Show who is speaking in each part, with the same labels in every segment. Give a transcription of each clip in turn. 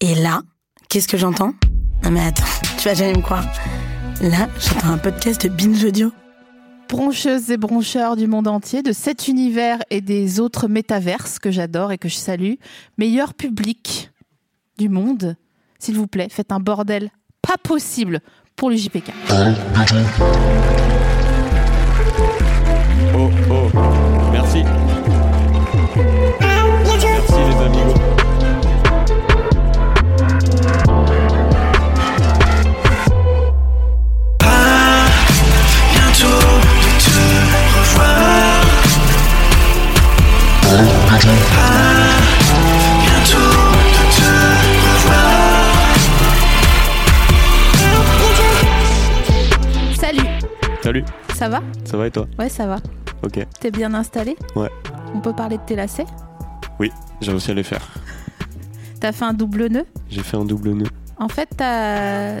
Speaker 1: Et là, qu'est-ce que j'entends Non mais attends, tu vas jamais me croire. Là, j'entends un podcast de binge audio.
Speaker 2: Broncheuses et broncheurs du monde entier, de cet univers et des autres métaverses que j'adore et que je salue, meilleur public du monde, s'il vous plaît, faites un bordel pas possible pour le JPK.
Speaker 3: Oh oh, merci. Merci les amigos.
Speaker 2: Salut,
Speaker 3: Salut,
Speaker 2: ça va
Speaker 3: ça va et toi
Speaker 2: Ouais, ça va.
Speaker 3: Ok,
Speaker 2: T'es bien installé
Speaker 3: Ouais.
Speaker 2: On peut parler de tes lacets
Speaker 3: oui, j'ai réussi à les faire.
Speaker 2: T'as fait un double nœud
Speaker 3: J'ai fait un double nœud.
Speaker 2: En fait, t'as-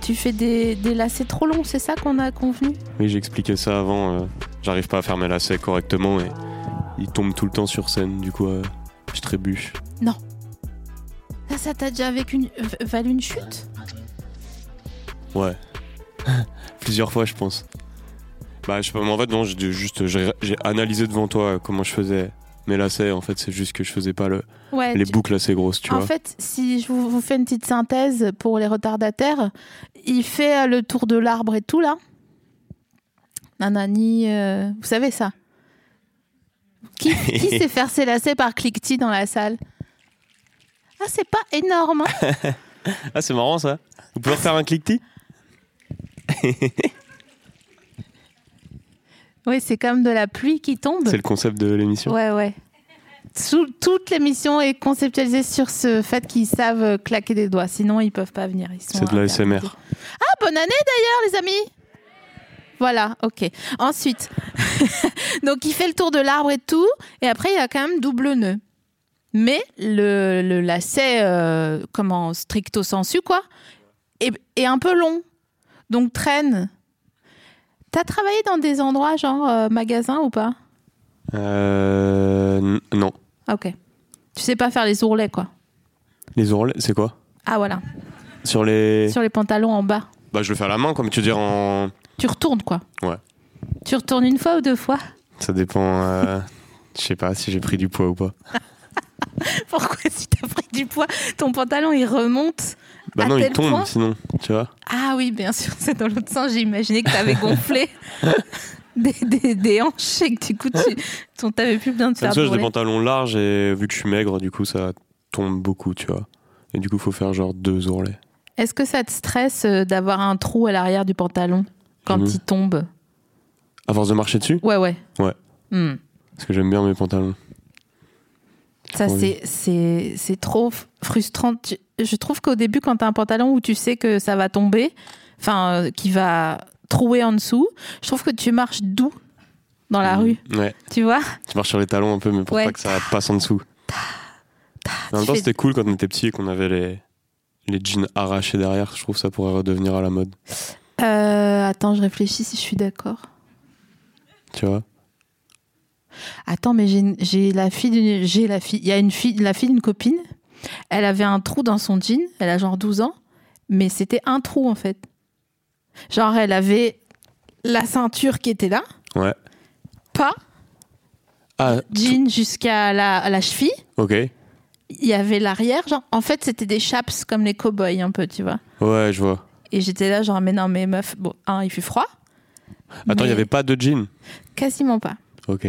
Speaker 2: tu fais des, des lacets trop longs, c'est ça qu'on a convenu
Speaker 3: Oui, j'ai expliqué ça avant. euh, J'arrive pas à faire mes lacets correctement et ils tombent tout le temps sur scène. Du coup, euh, je trébuche.
Speaker 2: Ça, ça t'a déjà avec une, v- valu une chute
Speaker 3: Ouais. Plusieurs fois, je pense. Bah, je sais pas, mais en fait, non, j'ai juste j'ai j'ai analysé devant toi euh, comment je faisais mes lacets. En fait, c'est juste que je faisais pas le,
Speaker 2: Ouais.
Speaker 3: les
Speaker 2: Ah, tu-
Speaker 3: boucles assez grosses, tu
Speaker 2: en
Speaker 3: vois.
Speaker 2: fait, si je vous, vous fais une petite synthèse pour les retardataires, il fait euh, le tour de l'arbre et tout là. Nanani, euh, vous savez ça Qui, qui sait faire ses lacets par cliquetis dans la salle Ah, c'est pas énorme. hein.
Speaker 3: Ah, c'est marrant ça. Vous pouvez refaire un cliquetis
Speaker 2: Bah. oui, c'est comme de la pluie qui tombe.
Speaker 3: C'est le concept de l'émission.
Speaker 2: Ouais, ouais. Tout- toute l'émission est conceptualisée sur ce fait qu'ils savent euh, claquer des doigts, sinon ils peuvent pas venir. Ils sont
Speaker 3: C'est de la
Speaker 2: interdits.
Speaker 3: SMR.
Speaker 2: Ah, bonne année d'ailleurs, les amis Voilà, ok. Ensuite, donc il fait le tour de l'arbre et tout, et après il a quand même double nœud. Mais le, le lacet, euh, comment, stricto sensu, quoi, est, est un peu long, donc traîne. T'as travaillé dans des endroits genre euh, magasin ou pas
Speaker 3: Euh. n- Non.
Speaker 2: Ah, ok. Tu sais pas faire les ourlets, quoi.
Speaker 3: Les ourlets, c'est quoi
Speaker 2: Ah, voilà.
Speaker 3: Sur les.
Speaker 2: Sur les pantalons en bas.
Speaker 3: Bah, je le fais à la main, comme tu veux dire en.
Speaker 2: Tu retournes, quoi.
Speaker 3: Ouais.
Speaker 2: Tu retournes une fois ou deux fois
Speaker 3: Ça dépend. euh, Je sais pas si j'ai pris du poids ou pas.
Speaker 2: Pourquoi si t'as pris du poids, ton pantalon il remonte
Speaker 3: Bah,
Speaker 2: À
Speaker 3: non, il
Speaker 2: tel
Speaker 3: tombe
Speaker 2: point
Speaker 3: sinon, tu vois.
Speaker 2: Ah oui, bien sûr, c'est dans l'autre sens. J'ai imaginé que t'avais gonflé des, des, des hanches et que du coup, tu ton- t'avais plus besoin de
Speaker 3: Comme
Speaker 2: faire
Speaker 3: ça, j'ai
Speaker 2: brûler.
Speaker 3: des pantalons larges et vu que je suis maigre, du coup, ça tombe beaucoup, tu vois. Et du coup, faut faire genre deux ourlets.
Speaker 2: Est-ce que ça te stresse euh, d'avoir un trou à l'arrière du pantalon quand
Speaker 3: Mmh.
Speaker 2: il tombe
Speaker 3: À force de marcher dessus
Speaker 2: Ouais, ouais.
Speaker 3: Ouais.
Speaker 2: Hmm.
Speaker 3: Parce que j'aime bien mes pantalons.
Speaker 2: Ça,
Speaker 3: Oui.
Speaker 2: c'est- c'est c'est trop f- frustrant. Tu- Je trouve qu'au début, quand tu as un pantalon où tu sais que ça va tomber, enfin, euh, qui va trouer en dessous, je trouve que tu marches doux dans
Speaker 3: Mm.
Speaker 2: la rue.
Speaker 3: Ouais.
Speaker 2: Tu vois
Speaker 3: Tu marches sur les talons un peu, mais pour
Speaker 2: Ouais. Bah,
Speaker 3: pas que ça passe en dessous. Mais en même
Speaker 2: tu
Speaker 3: temps,
Speaker 2: fais-
Speaker 3: c'était cool quand on était petit et qu'on avait les, les jeans arrachés derrière. Je trouve que ça pourrait redevenir à la mode,
Speaker 2: Euh, Attends, je réfléchis si je suis d'accord.
Speaker 3: tu vois.
Speaker 2: Attends, mais j'ai une- j'ai la fille d'une. J'ai la fille. Il y a une fille, la fille d'une copine. Elle avait un trou dans son jean. Elle a genre 12 ans. Mais c'était un trou, en fait. Genre, elle avait la ceinture qui était là.
Speaker 3: Ouais.
Speaker 2: Pas
Speaker 3: Ah,
Speaker 2: jean jusqu'à la, à la cheville.
Speaker 3: ok.
Speaker 2: Il y avait l'arrière. Genre, en fait, c'était des chaps comme les cow-boys, un peu, tu vois.
Speaker 3: Ouais, je vois.
Speaker 2: Et j'étais là, genre, mais non, mais meuf, bon, un, il fait froid.
Speaker 3: Attends, il
Speaker 2: Mais
Speaker 3: n'y avait pas de jeans
Speaker 2: Quasiment pas.
Speaker 3: Ok.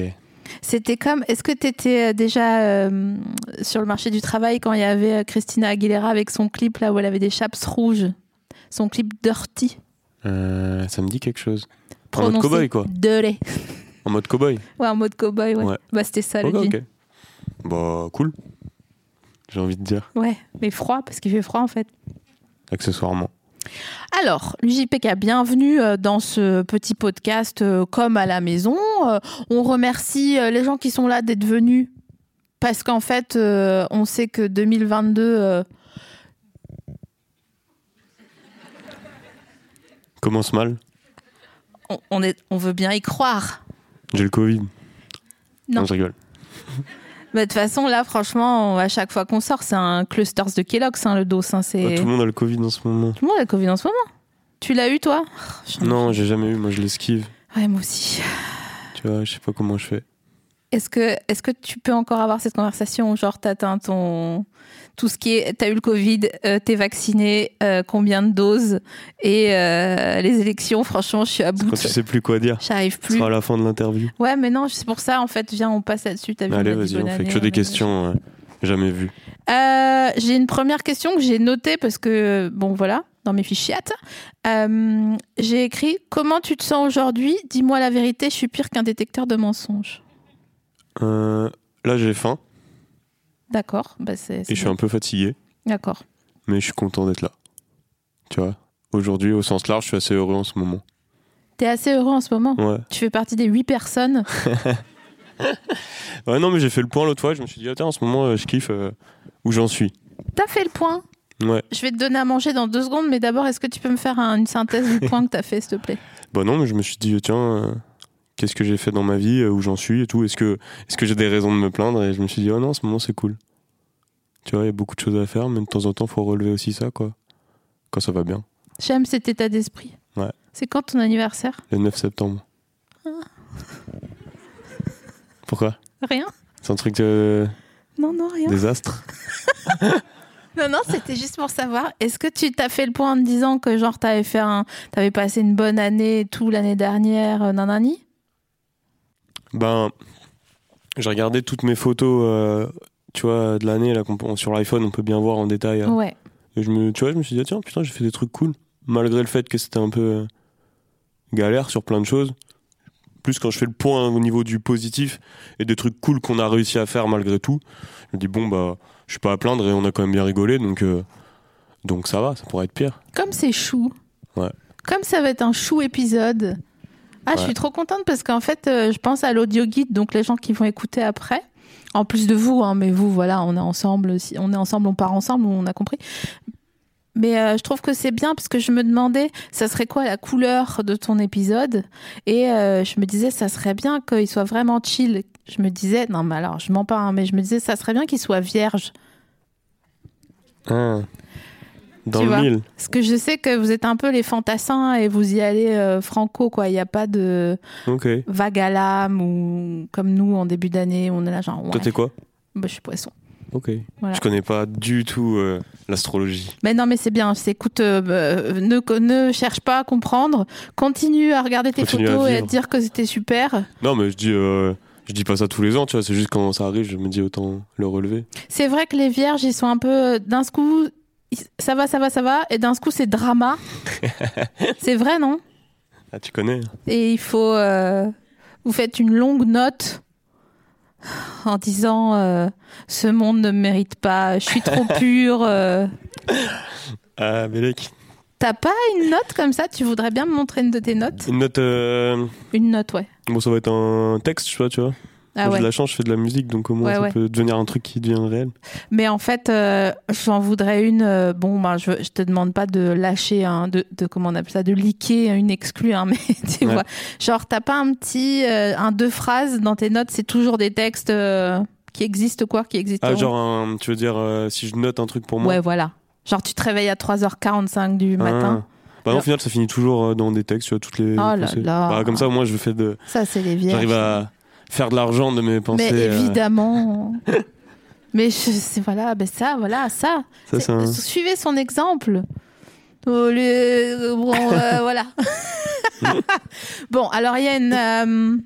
Speaker 2: C'était comme. Est-ce que tu étais déjà euh, sur le marché du travail quand il y avait euh, Christina Aguilera avec son clip là où elle avait des chaps rouges Son clip Dirty.
Speaker 3: Euh, ça me dit quelque chose. En mode
Speaker 2: prononcé
Speaker 3: cow-boy, quoi.
Speaker 2: Dirty.
Speaker 3: En mode cow-boy
Speaker 2: Ouais, en mode cowboy, ouais.
Speaker 3: Ouais.
Speaker 2: Bah, c'était ça
Speaker 3: Ok,
Speaker 2: le jean.
Speaker 3: ok. Bah, cool. j'ai envie de dire,
Speaker 2: Ouais, mais froid, parce qu'il fait froid en fait.
Speaker 3: accessoirement.
Speaker 2: Alors, JPK, bienvenue euh, dans ce petit podcast euh, comme à la maison. Euh, On remercie euh, les gens qui sont là d'être venus parce qu'en fait, euh, on sait que 2022. euh,
Speaker 3: Commence mal,
Speaker 2: on, on est, on veut bien y croire.
Speaker 3: j'ai le Covid.
Speaker 2: Non.
Speaker 3: je rigole.
Speaker 2: Mais de toute façon, là, franchement, on- à chaque fois qu'on sort, c'est un clusters de Kellogg's, hein, le dos. hein, c'est...
Speaker 3: Bah, tout le monde a le Covid en ce moment.
Speaker 2: Tout le monde a le Covid en ce moment. Tu l'as eu, toi Oh, j'en ai-
Speaker 3: Non, j'ai jamais eu, moi je l'esquive.
Speaker 2: Ouais, moi aussi.
Speaker 3: Tu vois, je sais pas comment je fais.
Speaker 2: Est-ce que, est-ce que tu peux encore avoir cette conversation Genre, t'atteins ton. Tout ce qui est. T'as eu le Covid, euh, t'es vacciné, euh, combien de doses Et euh, les élections, franchement, je suis à bout.
Speaker 3: Quand
Speaker 2: de-
Speaker 3: tu sais plus quoi dire,
Speaker 2: J'arrive
Speaker 3: ce
Speaker 2: plus.
Speaker 3: sera à la fin de l'interview.
Speaker 2: Ouais, mais non, c'est pour ça, en fait, viens, on passe là-dessus. T'as vu, on
Speaker 3: Allez,
Speaker 2: a dit
Speaker 3: vas-y,
Speaker 2: bonne
Speaker 3: on fait
Speaker 2: année,
Speaker 3: que
Speaker 2: a dit-
Speaker 3: des questions ouais. jamais vues.
Speaker 2: Euh, j'ai une première question que j'ai notée parce que, bon, voilà, dans mes fichiers. Euh, j'ai écrit Comment tu te sens aujourd'hui Dis-moi la vérité, je suis pire qu'un détecteur de mensonges.
Speaker 3: Euh, là, j'ai faim
Speaker 2: D'accord, bah c'est. c'est
Speaker 3: et je suis
Speaker 2: bon.
Speaker 3: un peu fatigué,
Speaker 2: D'accord.
Speaker 3: mais je suis content d'être là. Tu vois, aujourd'hui, au sens large, je suis assez heureux en ce moment.
Speaker 2: T'es assez heureux en ce moment
Speaker 3: Ouais.
Speaker 2: Tu fais partie des 8 personnes.
Speaker 3: Ouais, non, mais j'ai fait le point l'autre fois, je me suis dit, attends, en ce moment, euh, je kiffe euh, où j'en suis.
Speaker 2: T'as fait le point
Speaker 3: Ouais.
Speaker 2: Je vais te donner à manger dans deux secondes, mais d'abord, est-ce que tu peux me faire un- une synthèse du point que t'as fait, s'il te plaît
Speaker 3: Bah non, mais je me suis dit, tiens, euh, qu'est-ce que j'ai fait dans ma vie, euh, où j'en suis et tout. Est-ce que, est que j'ai des raisons de me plaindre Et je me suis dit, oh non, en ce moment, c'est cool. Tu vois, il y a beaucoup de choses à faire, mais de temps en temps, faut relever aussi ça, quoi. Quand ça va bien.
Speaker 2: J'aime cet état d'esprit.
Speaker 3: Ouais.
Speaker 2: C'est quand ton anniversaire
Speaker 3: Le 9 septembre. Pourquoi
Speaker 2: Rien
Speaker 3: C'est un truc de
Speaker 2: Non, non, rien.
Speaker 3: désastre
Speaker 2: Non, non, c'était juste pour savoir. Est-ce que tu t'as fait le point en te disant que, genre, t'avais fait un. T'avais passé une bonne année et tout l'année dernière, euh, nanani
Speaker 3: Ben, j'ai regardé toutes mes photos, euh, tu vois, de l'année, là, qu'on peut- sur l'iPhone, on peut bien voir en détail. euh,
Speaker 2: Ouais.
Speaker 3: Et je me, tu vois, je me suis dit, ah, tiens, putain, j'ai fait des trucs cool. Malgré le fait que c'était un peu euh, galère sur plein de choses. Plus quand je fais le point au niveau du positif et des trucs cool qu'on a réussi à faire malgré tout, je me dis, bon, bah, je suis pas à plaindre et on a quand même bien rigolé, donc, euh, donc ça va, ça pourrait être pire.
Speaker 2: Comme c'est chou.
Speaker 3: Ouais.
Speaker 2: Comme ça va être un chou épisode. Ah, je
Speaker 3: Ouais.
Speaker 2: suis trop contente parce qu'en fait, euh, je pense à l'audio guide, donc les gens qui vont écouter après. En plus de vous, hein, mais vous, voilà, on est ensemble. Si on est ensemble, on part ensemble, on a compris. Mais euh, je trouve que c'est bien parce que je me demandais, ça serait quoi la couleur de ton épisode Et euh, je me disais, ça serait bien qu'il soit vraiment chill. Je me disais, non, mais alors, je mens pas, hein, mais je me disais, ça serait bien qu'il soit vierge.
Speaker 3: Ah. Dans
Speaker 2: Tu
Speaker 3: le
Speaker 2: vois.
Speaker 3: mille.
Speaker 2: Parce que je sais que vous êtes un peu les fantassins et vous y allez euh, franco, quoi. Il n'y a pas de
Speaker 3: Ok.
Speaker 2: vague à l'âme ou comme nous en début d'année, on est là genre. ouais,
Speaker 3: Toi, t'es quoi
Speaker 2: bah, je suis poisson.
Speaker 3: Ok.
Speaker 2: Voilà.
Speaker 3: Je connais pas du tout euh, l'astrologie.
Speaker 2: Mais non, mais c'est bien. C'est écoute, euh, euh, ne, ne cherche pas à comprendre. Continue à regarder tes
Speaker 3: Continue à
Speaker 2: photos et à
Speaker 3: vivre.
Speaker 2: te dire que c'était super.
Speaker 3: Non, mais je dis, euh, je dis pas ça tous les ans, tu vois. C'est juste quand ça arrive, je me dis autant le relever.
Speaker 2: C'est vrai que les vierges, ils sont un peu. euh, D'un coup, ils- ça va, ça va, ça va. Et d'un coup, c'est drama. c'est vrai, non
Speaker 3: Ah, tu connais
Speaker 2: Et il faut. euh, vous faites une longue note en disant euh, ce monde ne me mérite pas, je suis trop pure. euh.
Speaker 3: Ah, Bélec.
Speaker 2: T'as pas une note comme ça Tu voudrais bien me montrer une de tes notes
Speaker 3: Une note. euh,
Speaker 2: Une note, ouais.
Speaker 3: Bon, ça va être un texte, je sais pas, tu vois.
Speaker 2: Ah
Speaker 3: Moi,
Speaker 2: ouais.
Speaker 3: J'ai de la chance, je fais de la musique, donc au moins
Speaker 2: Ouais,
Speaker 3: ça
Speaker 2: ouais.
Speaker 3: peut devenir un truc qui devient réel.
Speaker 2: Mais en fait, euh, j'en voudrais une. euh, bon, ben, je, je te demande pas de lâcher, hein, de, de comment on appelle ça, de liquer une exclue, hein, mais tu
Speaker 3: Ouais.
Speaker 2: vois. Genre, t'as pas un petit, euh, un deux phrases dans tes notes, c'est toujours des textes euh, qui existent, quoi, qui existent.
Speaker 3: Ah, genre, un- tu veux dire, euh, si je note un truc pour moi
Speaker 2: Ouais, voilà. Genre, tu te réveilles à 3h45 du
Speaker 3: Ah.
Speaker 2: matin.
Speaker 3: Bah, non,
Speaker 2: Alors-
Speaker 3: au final, ça finit toujours euh, dans des textes, tu vois, toutes les.
Speaker 2: Oh là
Speaker 3: pensées.
Speaker 2: là.
Speaker 3: Bah, comme ça, moi, je fais de.
Speaker 2: Ça, c'est les vierges.
Speaker 3: J'arrive à faire de l'argent de mes pensées.
Speaker 2: Mais
Speaker 3: euh,
Speaker 2: évidemment. Mais je- c'est- voilà, ben ça, voilà, ça. C'est-
Speaker 3: Ça, c'est un-
Speaker 2: Suivez son exemple. Au lieu- Bon, euh, voilà. bon, alors il y a une, euh,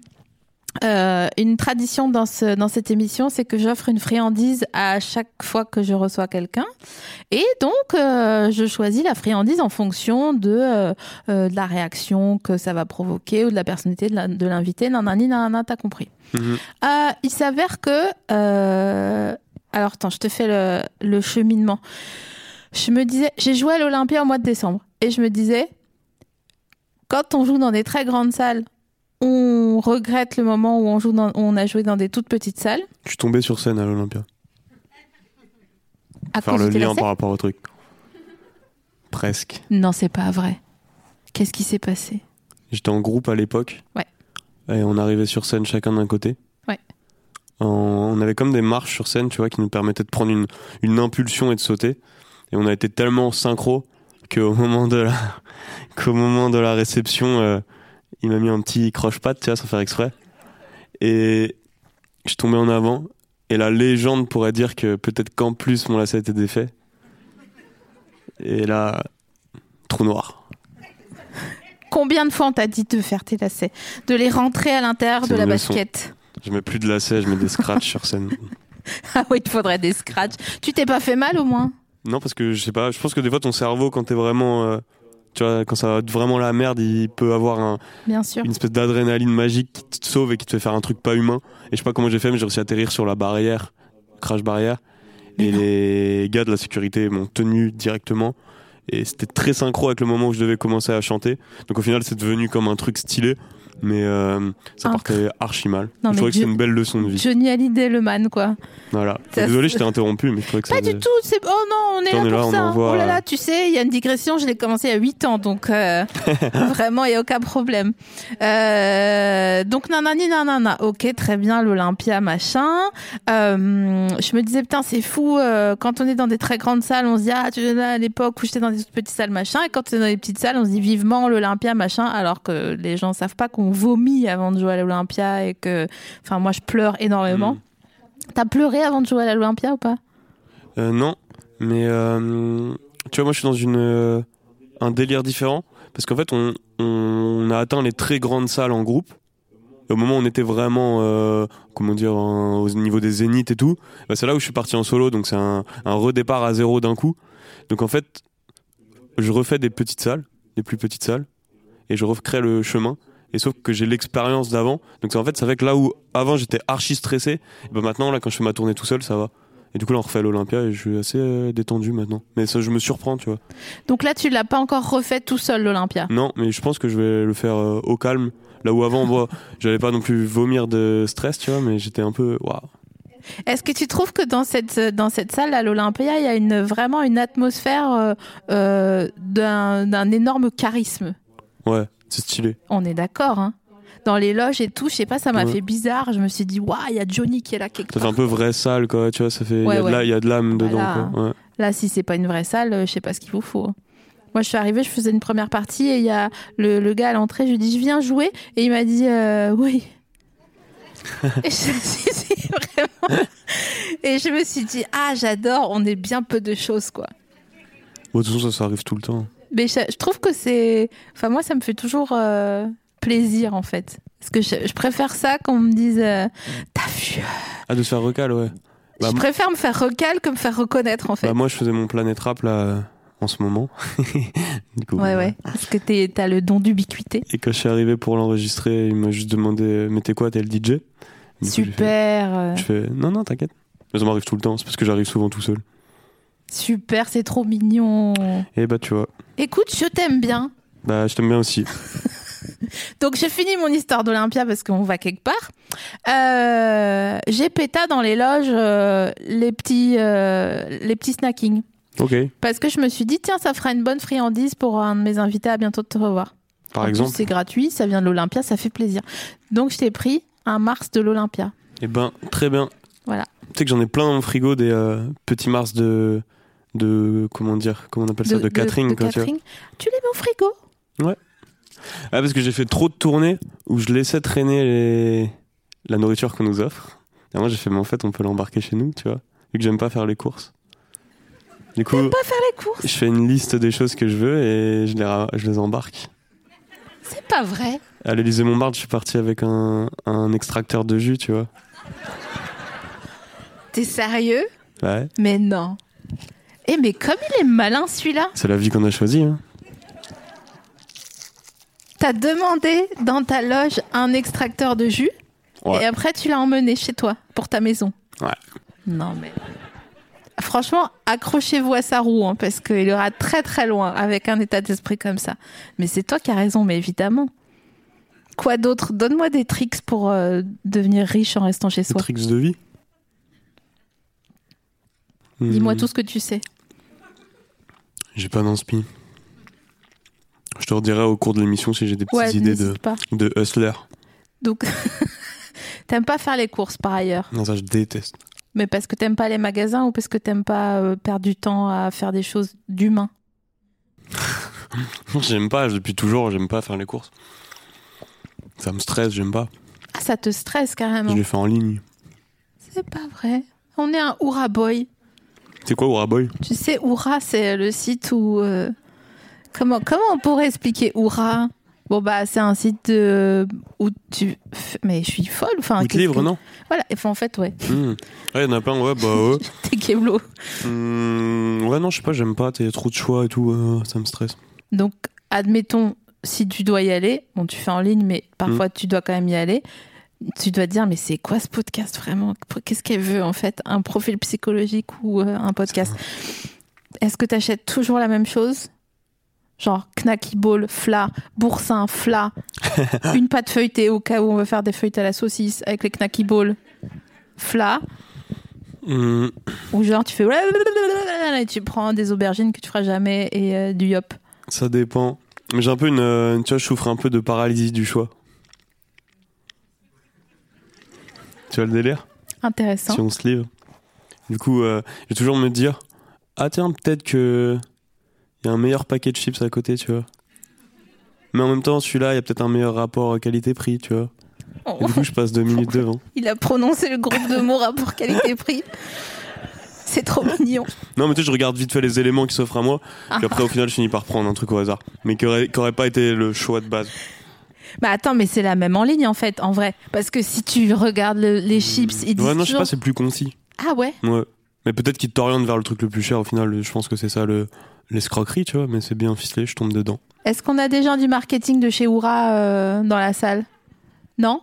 Speaker 2: euh, une tradition dans, ce, dans cette émission, c'est que j'offre une friandise à chaque fois que je reçois quelqu'un. Et donc, euh, je choisis la friandise en fonction de, euh, euh, de la réaction que ça va provoquer ou de la personnalité de la- de Euh, l'invité. Nanani, nanana, t'as compris.
Speaker 3: Mhm.
Speaker 2: Euh, il s'avère que euh, Alors, attends, je te fais le, le cheminement. Je me disais, j'ai joué à l'Olympia au mois de décembre. Et je me disais, quand on joue dans des très grandes salles, on regrette le moment où on, joue dans- où on a joué dans des toutes petites salles.
Speaker 3: Je suis tombé sur scène à l'Olympia.
Speaker 2: À
Speaker 3: Faire
Speaker 2: cause
Speaker 3: le
Speaker 2: du
Speaker 3: lien
Speaker 2: TLC.
Speaker 3: par rapport au truc. Presque.
Speaker 2: Non, c'est pas vrai. Qu'est-ce qui s'est passé
Speaker 3: J'étais en groupe à l'époque.
Speaker 2: Ouais.
Speaker 3: Et on arrivait sur scène chacun d'un côté.
Speaker 2: Ouais.
Speaker 3: En- on avait comme des marches sur scène, tu vois, qui nous permettaient de prendre une, une impulsion et de sauter. Et on a été tellement synchro qu'au moment de la, qu'au moment de la réception, euh, il m'a mis un petit croche-patte, tu vois, sans faire exprès. Et je suis tombé en avant. Et la légende pourrait dire que peut-être qu'en plus mon lacet était défait. Et là, trou noir.
Speaker 2: Combien de fois on t'a dit de faire tes lacets De les rentrer à l'intérieur
Speaker 3: C'est
Speaker 2: de la
Speaker 3: une leçon.
Speaker 2: basket
Speaker 3: Je mets plus de lacets, je mets des scratchs sur scène.
Speaker 2: Ah oui, il te faudrait des scratchs. Tu t'es pas fait mal au moins
Speaker 3: Non, parce que je sais pas, je pense que des fois ton cerveau, quand t'es vraiment. euh, tu vois, quand ça va être vraiment la merde, il peut avoir un-
Speaker 2: Bien sûr.
Speaker 3: une espèce d'adrénaline magique qui te sauve et qui te fait faire un truc pas humain. Et je sais pas comment j'ai fait, mais j'ai réussi à atterrir sur la barrière, crash barrière. Et les gars de la sécurité m'ont tenu directement. Et c'était très synchro avec le moment où je devais commencer à chanter. Donc au final, c'est devenu comme un truc stylé. Mais euh, ça
Speaker 2: Un-
Speaker 3: partait archi mal.
Speaker 2: Non, mais
Speaker 3: je trouvais que
Speaker 2: Dieu-
Speaker 3: c'était une belle leçon de vie.
Speaker 2: Johnny Hallyday, le man, quoi.
Speaker 3: Voilà.
Speaker 2: Ça-
Speaker 3: Désolé, je t'ai interrompu, mais je trouvais que ça
Speaker 2: Pas du
Speaker 3: faisait-
Speaker 2: tout, c'est... Oh non, on est
Speaker 3: Attends, on est
Speaker 2: là
Speaker 3: là,
Speaker 2: pour
Speaker 3: on
Speaker 2: ça. hein.
Speaker 3: envoie,
Speaker 2: Oh là
Speaker 3: euh,
Speaker 2: là, tu sais, il y a une digression, je l'ai commencé à 8 ans, donc euh, vraiment, il n'y a aucun problème. Euh, donc, nanani, nanana, ok, très bien, l'Olympia, machin. Euh, je me disais, putain, c'est fou, euh, quand on est dans des très grandes salles, on se dit, ah, tu là, à l'époque où j'étais dans des toutes petites salles, machin, et quand on est dans des petites salles, on se dit vivement l'Olympia, machin, alors que les gens savent pas qu'on vomit avant de jouer à l'Olympia et que, enfin, moi, je pleure énormément.
Speaker 3: Mm.
Speaker 2: T'as pleuré avant de jouer à l'Olympia ou pas
Speaker 3: Euh, non, mais euh, tu vois, moi je suis dans une, euh, un délire différent parce qu'en fait, on, on a atteint les très grandes salles en groupe. Et au moment où on était vraiment, euh, comment dire, en- au niveau des zéniths et tout, bah, c'est là où je suis parti en solo, donc c'est un, un redépart à zéro d'un coup. Donc en fait, je refais des petites salles, des plus petites salles, et je recrée le chemin. Et sauf que j'ai l'expérience d'avant, donc ça, en fait, ça fait que là où avant j'étais archi stressé, bah, maintenant là quand je fais ma tournée tout seul, ça va. Et du coup, là, on refait à l'Olympia et je suis assez euh, détendu maintenant. Mais ça, je me surprends, tu vois.
Speaker 2: Donc là, tu l'as pas encore refait tout seul, l'Olympia.
Speaker 3: Non, mais je pense que je vais le faire euh, au calme. Là où avant, moi, j'allais pas non plus vomir de stress, tu vois, mais j'étais un peu. Waouh.
Speaker 2: Est-ce que tu trouves que dans cette, dans cette salle, à l'Olympia, il y a une, vraiment une atmosphère euh, euh, d'un d'un énorme charisme
Speaker 3: Ouais, c'est stylé.
Speaker 2: On est d'accord, hein dans les loges et tout, je sais pas, ça m'a
Speaker 3: Ouais.
Speaker 2: fait bizarre. Je me suis dit, waouh, il y a Johnny qui est là quelque
Speaker 3: Ça fait
Speaker 2: part.
Speaker 3: un peu vraie salle, quoi, tu vois. Ça fait. Il
Speaker 2: Ouais,
Speaker 3: y a de la-
Speaker 2: ouais.
Speaker 3: il y a de l'âme
Speaker 2: Bah
Speaker 3: dedans,
Speaker 2: là,
Speaker 3: quoi. Ouais.
Speaker 2: Là, si c'est pas une vraie salle, euh, je sais pas ce qu'il vous faut. Moi, je suis arrivée, je faisais une première partie et il y a le, le gars à l'entrée, je lui ai dit, je viens jouer. Et il m'a dit, euh, oui. et, je, si, si, vraiment. et je me suis dit, ah, j'adore, on est bien peu de choses, quoi.
Speaker 3: Bon, de toute façon, ça, ça arrive tout le temps.
Speaker 2: Mais je, je trouve que c'est. Enfin, moi, ça me fait toujours euh, plaisir, en fait. Parce que je, je préfère ça qu'on me dise, euh, t'as vu.
Speaker 3: Ah, de se faire recal, ouais.
Speaker 2: je
Speaker 3: Bah, m-
Speaker 2: préfère me faire recal que me faire reconnaître, en fait.
Speaker 3: Bah, moi, je faisais mon planète rap, là, euh, en ce moment. du coup.
Speaker 2: ouais, ouais. Parce que t'es- t'as le don d'ubiquité.
Speaker 3: Et quand je suis arrivé pour l'enregistrer, il m'a juste demandé Mais t'es quoi T'es le DJ Du coup, j'ai fait-
Speaker 2: Super. euh,
Speaker 3: Je fais non, non, t'inquiète. Mais ça m'arrive tout le temps, c'est parce que j'arrive souvent tout seul.
Speaker 2: Super, c'est trop mignon.
Speaker 3: Et bah, tu vois,
Speaker 2: Écoute, je t'aime bien.
Speaker 3: bah, je t'aime bien aussi.
Speaker 2: Donc j'ai fini mon histoire d'Olympia parce qu'on va quelque part. Euh, j'ai péta dans les loges euh, les petits euh, les petits snackings
Speaker 3: Ok,
Speaker 2: parce que je me suis dit tiens ça fera une bonne friandise pour un de mes invités à bientôt de te revoir.
Speaker 3: par
Speaker 2: En plus,
Speaker 3: exemple.
Speaker 2: c'est gratuit, ça vient de l'Olympia, ça fait plaisir. Donc je t'ai pris un Mars de l'Olympia.
Speaker 3: Et ben, très bien.
Speaker 2: Voilà.
Speaker 3: Tu sais que j'en ai plein dans mon frigo des euh, petits mars de. de. comment dire Comment on appelle ça De, catering,
Speaker 2: de
Speaker 3: quoi, tu vois.
Speaker 2: catering. Tu les mets au frigo.
Speaker 3: Ah, parce que j'ai fait trop de tournées où je laissais traîner les... la nourriture qu'on nous offre. Et moi, j'ai fait, mais en fait, on peut l'embarquer chez nous, tu vois. Vu que j'aime pas faire les courses. Du coup,
Speaker 2: Pas faire les courses,
Speaker 3: je fais une liste des choses que je veux et je les, ra- je les embarque.
Speaker 2: c'est pas vrai.
Speaker 3: À l'Élysée Montmartre, je suis parti avec un, un extracteur de jus, tu vois.
Speaker 2: T'es sérieux
Speaker 3: Ouais.
Speaker 2: Mais non. Eh mais comme il est malin celui-là,
Speaker 3: C'est la vie qu'on a choisie. Hein.
Speaker 2: t'as demandé dans ta loge un extracteur de jus
Speaker 3: Ouais.
Speaker 2: et après tu l'as emmené chez toi pour ta maison.
Speaker 3: Ouais.
Speaker 2: Non mais franchement, accrochez-vous à sa roue, hein, parce qu'il ira très très loin avec un état d'esprit comme ça. Mais c'est toi qui as raison, mais évidemment. Quoi d'autre Donne-moi des tricks pour euh, devenir riche en restant chez
Speaker 3: Des
Speaker 2: soi.
Speaker 3: tricks de vie.
Speaker 2: Dis-moi
Speaker 3: Hmm,
Speaker 2: tout ce que tu sais.
Speaker 3: J'ai pas d'inspi. Je te redirai au cours de l'émission si j'ai des petites
Speaker 2: Ouais,
Speaker 3: idées de,
Speaker 2: n'hésite pas.
Speaker 3: de hustler.
Speaker 2: Donc, t'aimes pas faire les courses par ailleurs,
Speaker 3: Non, ça, je déteste.
Speaker 2: mais parce que t'aimes pas les magasins ou parce que t'aimes pas euh, perdre du temps à faire des choses d'humain.
Speaker 3: J'aime pas, depuis toujours, j'aime pas faire les courses. Ça me stresse, j'aime pas.
Speaker 2: Ah, ça te stresse
Speaker 3: Je
Speaker 2: carrément.
Speaker 3: les fais en ligne.
Speaker 2: C'est pas vrai. On est un Oura Boy.
Speaker 3: C'est quoi, Ouraboy
Speaker 2: Tu sais, Oura, c'est le site où. euh, comment, comment on pourrait expliquer Oura Bon, bah, c'est un site euh, où tu. f- Mais je suis folle. Enfin,
Speaker 3: Ou te
Speaker 2: qu'est-ce
Speaker 3: livre,
Speaker 2: que-
Speaker 3: non
Speaker 2: Voilà, et enfin, en fait, ouais.
Speaker 3: Hmm. Ouais, y'en a plein, ouais, bah ouais.
Speaker 2: T'es Keblo.
Speaker 3: Hmm, ouais, non, je sais pas, j'aime pas, t'as trop de choix et tout, euh, ça me stresse.
Speaker 2: Donc, admettons, si tu dois y aller, bon, tu fais en ligne, mais parfois tu dois quand même y aller. Tu dois te dire, mais c'est quoi ce podcast vraiment Qu'est-ce qu'elle veut en fait Un profil psychologique ou euh, un podcast Est-ce que tu achètes toujours la même chose Genre knacky ball, fla, boursin, fla, une pâte feuilletée au cas où on veut faire des feuilletés à la saucisse avec les knacky ball, fla,
Speaker 3: Hmm,
Speaker 2: ou genre tu fais blablabla et tu prends des aubergines que tu feras jamais et euh, du yop.
Speaker 3: ça dépend. Mais j'ai un peu une. euh, tu vois, je souffre un peu de paralysie du choix. Tu vois le délire
Speaker 2: Intéressant.
Speaker 3: si on se livre. Du coup, euh, je vais toujours me dire Ah, tiens, peut-être que il y a un meilleur paquet de chips à côté, tu vois. Mais en même temps, celui-là, il y a peut-être un meilleur rapport qualité-prix, tu vois.
Speaker 2: Oh.
Speaker 3: Et du coup, je passe deux minutes devant.
Speaker 2: Il a prononcé le groupe de mots rapport qualité-prix. C'est trop mignon.
Speaker 3: Non, mais tu sais, je regarde vite fait les éléments qui s'offrent à moi.
Speaker 2: Ah.
Speaker 3: Puis après, au final, je finis par prendre un truc au hasard. Mais qui aurait, qui aurait pas été le choix de base.
Speaker 2: Bah attends, mais c'est la même en ligne en fait, en vrai. Parce que si tu regardes le- les chips, ils disent
Speaker 3: Ouais, non, je sais
Speaker 2: toujours-
Speaker 3: pas, c'est plus concis.
Speaker 2: Ah ouais
Speaker 3: Ouais. Mais peut-être qu'il t'oriente vers le truc le plus cher au final. Je pense que c'est ça le l'escroquerie, tu vois. Mais c'est bien ficelé, je tombe dedans.
Speaker 2: Est-ce qu'on a des gens du marketing de chez Oura euh, dans la salle Non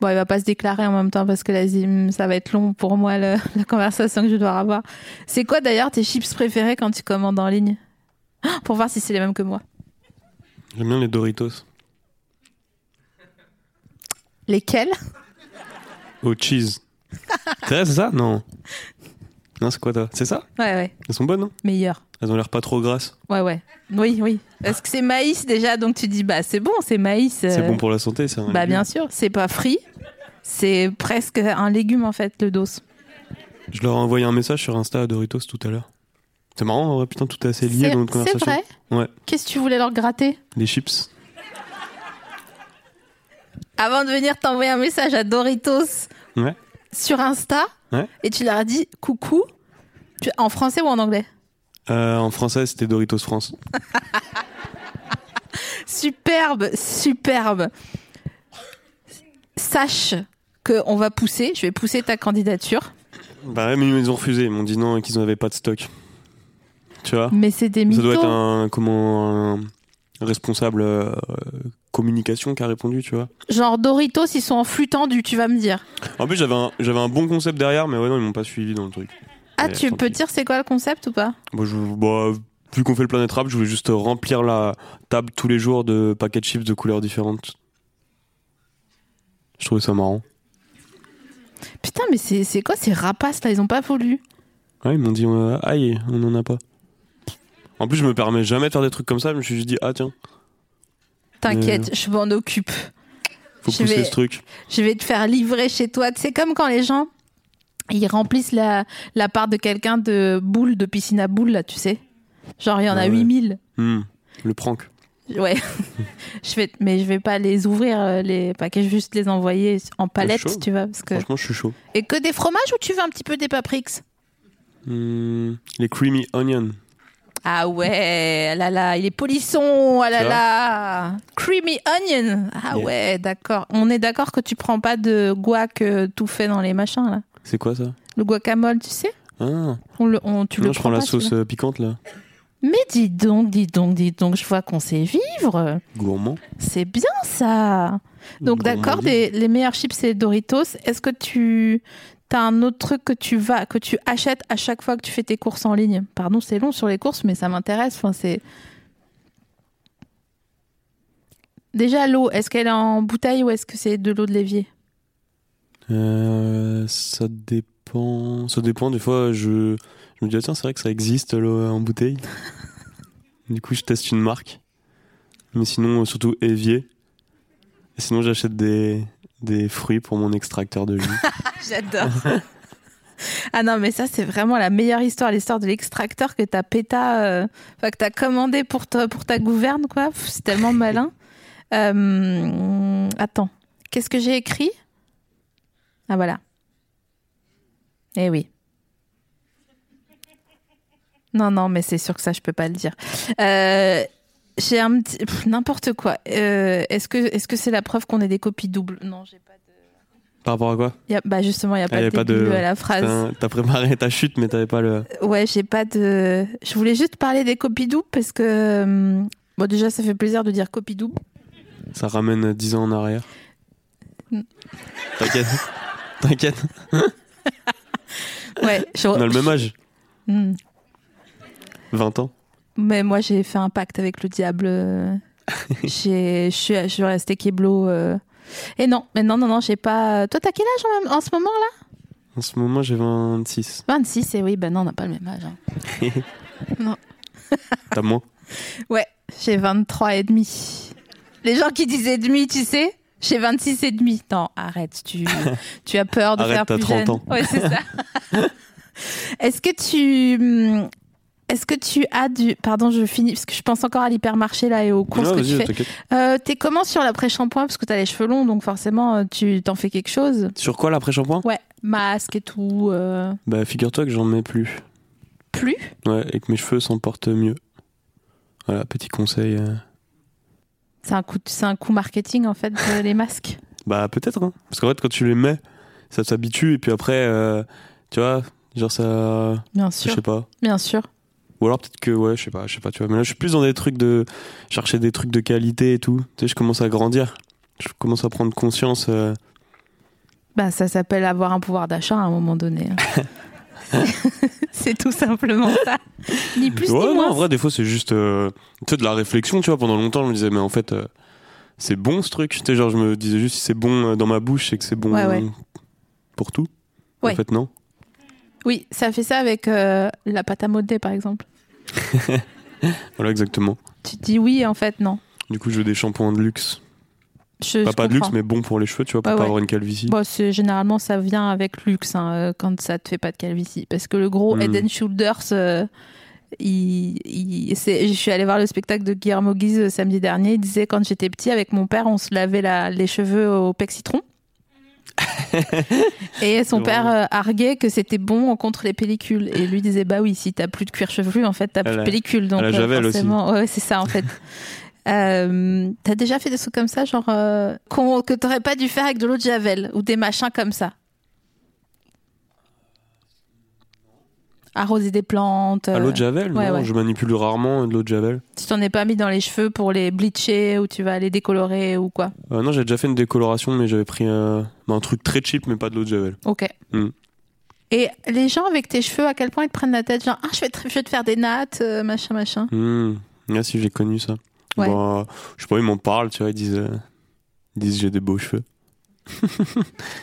Speaker 2: Bon, il va pas se déclarer en même temps parce que là, zim, ça va être long pour moi le- la conversation que je dois avoir. C'est quoi d'ailleurs tes chips préférés quand tu commandes en ligne Ah, Pour voir si c'est les mêmes que moi.
Speaker 3: J'aime bien les Doritos.
Speaker 2: Lesquels
Speaker 3: Au cheese. c'est vrai, c'est ça Non. Non, c'est quoi toi C'est ça
Speaker 2: Ouais, ouais.
Speaker 3: Elles sont bonnes, non
Speaker 2: Meilleurs.
Speaker 3: Elles ont l'air pas trop grasses.
Speaker 2: Ouais, ouais. Oui, oui. Parce que c'est maïs déjà, donc tu dis, bah c'est bon, c'est maïs. euh,
Speaker 3: C'est bon pour la santé, c'est un
Speaker 2: Bah
Speaker 3: légume.
Speaker 2: bien sûr, c'est pas frit. C'est presque un légume en fait, le dos.
Speaker 3: Je leur ai envoyé un message sur Insta à Doritos tout à l'heure. C'est marrant, en vrai, putain, tout est assez
Speaker 2: C'est
Speaker 3: lié dans notre
Speaker 2: c'est
Speaker 3: conversation.
Speaker 2: vrai
Speaker 3: Ouais,
Speaker 2: Qu'est-ce que tu voulais leur gratter
Speaker 3: les chips.
Speaker 2: Avant de venir t'envoyer un message à Doritos
Speaker 3: Ouais.
Speaker 2: sur Insta,
Speaker 3: Ouais.
Speaker 2: et tu leur as dit coucou, tu- en français ou en anglais
Speaker 3: Euh, en français, c'était Doritos France.
Speaker 2: Superbe, superbe. Sache que on va pousser, je vais pousser ta candidature,
Speaker 3: Bah ouais, mais ils ont refusé. Ils m'ont dit non, qu'ils n'avaient pas de stock. Tu vois
Speaker 2: mais c'est des mythos.
Speaker 3: Ça doit être un, comment, un responsable euh, communication qui a répondu, tu vois.
Speaker 2: Genre Doritos, ils sont en flux tendu, tu vas me dire.
Speaker 3: En plus, j'avais un, j'avais un bon concept derrière, mais ouais, non, ils m'ont pas suivi dans le truc.
Speaker 2: Ah,
Speaker 3: Ouais,
Speaker 2: tu
Speaker 3: tant
Speaker 2: peux
Speaker 3: pis.
Speaker 2: dire c'est quoi le concept ou pas
Speaker 3: Bon, je, bah, vu qu'on fait le Planet Rap, je voulais juste remplir la table tous les jours de paquets de chips de couleurs différentes. Je trouvais ça marrant.
Speaker 2: Putain, mais c'est c'est quoi ces rapaces là Ils ont pas voulu.
Speaker 3: Ouais, ils m'ont dit, euh, aïe, on en a pas. En plus, je me permets jamais de faire des trucs comme ça, je me suis juste dit, ah tiens,
Speaker 2: T'inquiète,
Speaker 3: Euh.
Speaker 2: je m'en occupe.
Speaker 3: faut
Speaker 2: Je
Speaker 3: pousser
Speaker 2: vais-
Speaker 3: ce truc.
Speaker 2: Je vais te faire livrer chez toi. C'est comme quand les gens ils remplissent la, la part de quelqu'un de boule, de piscine à boule là, tu sais. Genre, il y en a
Speaker 3: Ah Ouais, ouais.
Speaker 2: 8000.
Speaker 3: Hmm, le prank.
Speaker 2: Ouais. je vais, mais je vais pas les ouvrir, euh, les paquets, je vais juste les envoyer en
Speaker 3: Bah, chaud.
Speaker 2: palette, tu vois. Parce que...
Speaker 3: Franchement, je suis chaud.
Speaker 2: Et que des fromages ou tu veux un petit peu des paprix
Speaker 3: Hmm, les creamy onion.
Speaker 2: Ah ouais, ah là là, il est polisson, ah là
Speaker 3: Tu vois
Speaker 2: là. Creamy onion. Ah
Speaker 3: Yeah.
Speaker 2: ouais, d'accord. On est d'accord que tu prends pas de guac euh, tout fait dans les machins là.
Speaker 3: C'est quoi ça
Speaker 2: Le guacamole, tu sais
Speaker 3: Ah,
Speaker 2: on le, on, tu
Speaker 3: non,
Speaker 2: le
Speaker 3: je
Speaker 2: prends
Speaker 3: prends la
Speaker 2: pas,
Speaker 3: sauce
Speaker 2: celui-là.
Speaker 3: euh, piquante là.
Speaker 2: Mais dis donc, dis donc, dis donc, je vois qu'on sait vivre.
Speaker 3: Gourmand.
Speaker 2: C'est bien ça. Donc
Speaker 3: Gourmandise.
Speaker 2: d'accord, des- les meilleurs chips c'est Doritos. Est-ce que tu T'as un autre truc que tu vas, que tu achètes à chaque fois que tu fais tes courses en ligne. Pardon, c'est long sur les courses, mais ça m'intéresse. Enfin, c'est déjà l'eau. Est-ce qu'elle est en bouteille ou est-ce que c'est de l'eau de l'évier
Speaker 3: Euh, ça dépend. Ça dépend. Des fois, je, je me dis, ah, tiens, c'est vrai que ça existe l'eau en bouteille. du coup, je teste une marque. Mais sinon, euh, surtout évier. Et sinon, j'achète des, des fruits pour mon extracteur de jus.
Speaker 2: J'adore. ah non, mais ça, c'est vraiment la meilleure histoire, l'histoire de l'extracteur que t'as péta, euh, enfin, que t'as commandé pour ta, pour ta gouverne, quoi. Pff, C'est tellement malin. Euh, attends, qu'est-ce que j'ai écrit Ah voilà. Eh oui. Non, non, mais c'est sûr que ça, je peux pas le dire. Euh, j'ai un petit. pff, N'importe quoi. Euh, Est-ce que est-ce que c'est la preuve qu'on est des copies doubles Non, j'ai pas de.
Speaker 3: Par rapport à quoi
Speaker 2: Y a- bah justement, il n'y a pas
Speaker 3: Ah, y
Speaker 2: de
Speaker 3: a pas
Speaker 2: début
Speaker 3: de-
Speaker 2: à la phrase.
Speaker 3: T'as t'as préparé ta chute, mais t'avais pas le.
Speaker 2: Ouais, j'ai pas de. Je voulais juste parler des copies doubles parce que. hum, Bon, déjà, ça fait plaisir de dire copie double.
Speaker 3: Ça ramène à 10 ans en arrière.
Speaker 2: Mm.
Speaker 3: T'inquiète. T'inquiète.
Speaker 2: Ouais, je-
Speaker 3: On a le même âge.
Speaker 2: Hum.
Speaker 3: 20 ans.
Speaker 2: Mais moi, j'ai fait un pacte avec le diable. euh, j'ai, je suis, je suis restée kéblo. euh. Et non, mais non, non, non, j'ai pas. Toi, t'as quel âge en, même- en ce moment là
Speaker 3: En ce moment, j'ai 26.
Speaker 2: 26, et oui, ben non, on n'a pas le même âge. hein.
Speaker 3: T'as moins.
Speaker 2: Ouais, j'ai 23 et demi. Les gens qui disent et demi, tu sais, j'ai 26 et demi. Non, arrête, tu, tu as peur de
Speaker 3: Arrête,
Speaker 2: faire
Speaker 3: t'as
Speaker 2: plus
Speaker 3: 30
Speaker 2: jeune.
Speaker 3: ans.
Speaker 2: Ouais, c'est ça. Est-ce que tu hum, est-ce que tu as du pardon, je finis parce que je pense encore à l'hypermarché là et aux courses
Speaker 3: Non,
Speaker 2: que tu
Speaker 3: vas-y,
Speaker 2: fais.
Speaker 3: t'inquiète.
Speaker 2: Euh, T'es comment sur l'après-shampoing parce que t'as les cheveux longs donc forcément euh, tu t'en fais quelque chose.
Speaker 3: Sur quoi l'après-shampoing
Speaker 2: Ouais, masque et tout. euh,
Speaker 3: Bah, figure-toi que j'en mets plus.
Speaker 2: Plus
Speaker 3: Ouais, et que mes cheveux s'en portent mieux. Voilà, petit conseil. euh.
Speaker 2: C'est un coup, c'est un coup marketing en fait de- les masques.
Speaker 3: Bah, peut-être, hein. Parce qu'en fait, quand tu les mets, ça s'habitue, et puis après, euh, tu vois, genre ça.
Speaker 2: Bien
Speaker 3: Je
Speaker 2: sûr,
Speaker 3: sais pas.
Speaker 2: bien sûr.
Speaker 3: Ou alors peut-être que, ouais, je sais pas, je sais pas, tu vois. Mais là, je suis plus dans des trucs de. chercher des trucs de qualité et tout. Tu sais, je commence à grandir. Je commence à prendre conscience. euh,
Speaker 2: Bah, ça s'appelle avoir un pouvoir d'achat à un moment donné. hein. c'est tout simplement ça. Ni plus
Speaker 3: ouais,
Speaker 2: ni
Speaker 3: non,
Speaker 2: moins.
Speaker 3: en vrai, des fois, c'est juste euh, tu sais, de la réflexion, tu vois. Pendant longtemps, je me disais, mais en fait, euh, c'est bon ce truc. Tu sais, genre, je me disais juste, si c'est bon euh, dans ma bouche, c'est que c'est bon
Speaker 2: Ouais, ouais.
Speaker 3: euh, pour tout.
Speaker 2: Ouais.
Speaker 3: En fait, non.
Speaker 2: Oui, ça fait ça avec euh, la pâte à modeler par exemple.
Speaker 3: Voilà, exactement.
Speaker 2: Tu te dis oui et en fait non.
Speaker 3: Du coup, je veux des shampoings de luxe.
Speaker 2: Je,
Speaker 3: Pas,
Speaker 2: je
Speaker 3: pas de luxe,
Speaker 2: comprends.
Speaker 3: mais bon pour les cheveux, tu vois, pour
Speaker 2: Ouais,
Speaker 3: pas
Speaker 2: ouais.
Speaker 3: avoir une calvitie.
Speaker 2: Bon, Bah, c'est- généralement, ça vient avec luxe hein, euh, quand ça te fait pas de calvitie. Parce que le gros
Speaker 3: Hmm.
Speaker 2: Head and Shoulders, euh, il, il- c'est- je suis allée voir le spectacle de Guillermo Guise euh, samedi dernier. Il disait quand j'étais petit, avec mon père, on se lavait la- les cheveux au pec citron. Et son
Speaker 3: C'est
Speaker 2: père
Speaker 3: drôle.
Speaker 2: euh, arguait que c'était bon contre les pellicules. Et lui disait Bah oui, si t'as plus de cuir chevelu, en fait, t'as plus
Speaker 3: À
Speaker 2: de
Speaker 3: la-
Speaker 2: pellicule. Donc,
Speaker 3: à la
Speaker 2: euh,
Speaker 3: Javel aussi.
Speaker 2: forcément, ouais, c'est ça en fait. Euh, T'as déjà fait des trucs comme ça, genre euh, qu'on- que t'aurais pas dû faire avec de l'eau de javel ou des machins comme ça Arroser des plantes.
Speaker 3: À
Speaker 2: euh,
Speaker 3: Ah, l'eau de javel
Speaker 2: ouais,
Speaker 3: Non,
Speaker 2: ouais.
Speaker 3: je manipule rarement euh, de l'eau de javel.
Speaker 2: tu t'en es pas mis dans les cheveux pour les bleacher ou tu vas les décolorer ou quoi
Speaker 3: Euh, non, j'ai déjà fait une décoloration, mais j'avais pris euh, bah, un truc très cheap, mais pas de l'eau de javel.
Speaker 2: Ok.
Speaker 3: Hmm.
Speaker 2: Et les gens avec tes cheveux, à quel point ils te prennent la tête Genre, ah, je vais te, je vais te faire des nattes, euh, machin, machin.
Speaker 3: Hmm. Là, si j'ai connu ça.
Speaker 2: Ouais.
Speaker 3: Bah, je sais pas, ils m'en parlent, tu vois, ils disent, euh, ils disent j'ai des beaux cheveux.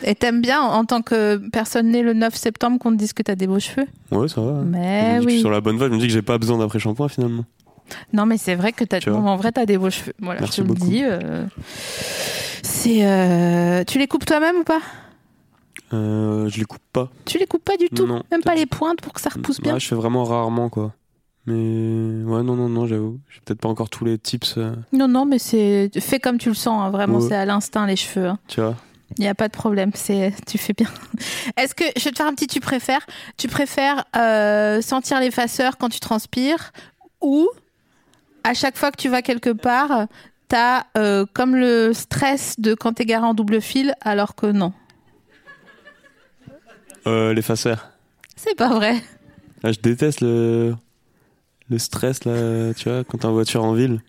Speaker 2: Et t'aimes bien, en, en tant que personne née le 9 septembre, qu'on te dise que t'as des beaux cheveux
Speaker 3: Ouais, ça va. hein. Je
Speaker 2: Mais
Speaker 3: me dis que Je suis
Speaker 2: oui.
Speaker 3: sur la bonne voie, je me dis que j'ai pas besoin d'après-shampoing finalement.
Speaker 2: Non, mais c'est vrai que t'as.
Speaker 3: Tu
Speaker 2: non,
Speaker 3: vois.
Speaker 2: en vrai, t'as des beaux cheveux. Voilà,
Speaker 3: Merci
Speaker 2: je te
Speaker 3: beaucoup.
Speaker 2: le dis. euh, C'est. euh, Tu les coupes toi-même ou pas
Speaker 3: Euh, je les coupe pas.
Speaker 2: Tu les coupes pas du tout
Speaker 3: Non,
Speaker 2: Même pas
Speaker 3: peut-être-
Speaker 2: les pointes pour que ça repousse bien
Speaker 3: Ouais, je fais vraiment rarement quoi. Mais ouais, non, non, non, j'avoue. J'ai peut-être pas encore tous les tips, euh,
Speaker 2: Non, non, mais c'est. Fais comme tu le sens, hein, vraiment,
Speaker 3: Ouais.
Speaker 2: c'est à l'instinct les cheveux. hein.
Speaker 3: tu vois.
Speaker 2: Il n'y a pas de problème, c'est tu fais bien. Est-ce que je vais te faire un petit tu préfères Tu préfères euh, sentir l'effaceur quand tu transpires ou à chaque fois que tu vas quelque part, t'as euh, comme le stress de quand t'es garé en double fil alors que non.
Speaker 3: Euh, l'effaceur.
Speaker 2: C'est pas vrai.
Speaker 3: Là, je déteste le. Le stress, là, tu vois, quand t'es en voiture en ville.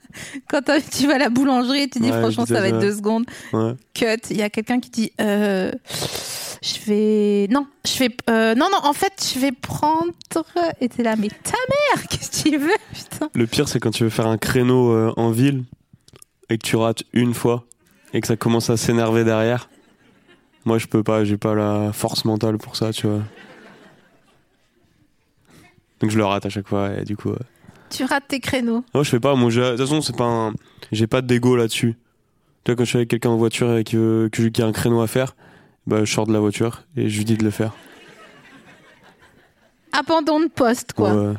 Speaker 2: Quand t'as- tu vas à la boulangerie, tu dis
Speaker 3: Ouais,
Speaker 2: franchement
Speaker 3: je
Speaker 2: ça va
Speaker 3: disais
Speaker 2: être
Speaker 3: ça.
Speaker 2: deux secondes.
Speaker 3: Ouais.
Speaker 2: Cut. Il y a quelqu'un qui dit euh, Je vais. Non, je vais. euh, non, non, en fait, je vais prendre. Et t'es là, mais ta mère, qu'est-ce que tu veux Putain.
Speaker 3: Le pire, c'est quand tu veux faire un créneau euh, en ville et que tu rates une fois et que ça commence à s'énerver derrière. Moi, je peux pas, j'ai pas la force mentale pour ça, tu vois. Donc je le rate à chaque fois et du coup. euh,
Speaker 2: Tu rates tes créneaux.
Speaker 3: Moi, je fais pas. Moi, j'ai- de toute façon, c'est pas un. J'ai pas d'ego là-dessus. Tu vois, quand je suis avec quelqu'un en voiture et qu'il veut- que je- qu'il y a un créneau à faire, bah, je sors de la voiture et je lui dis de le faire.
Speaker 2: Abandon de poste, quoi.
Speaker 3: Ouais.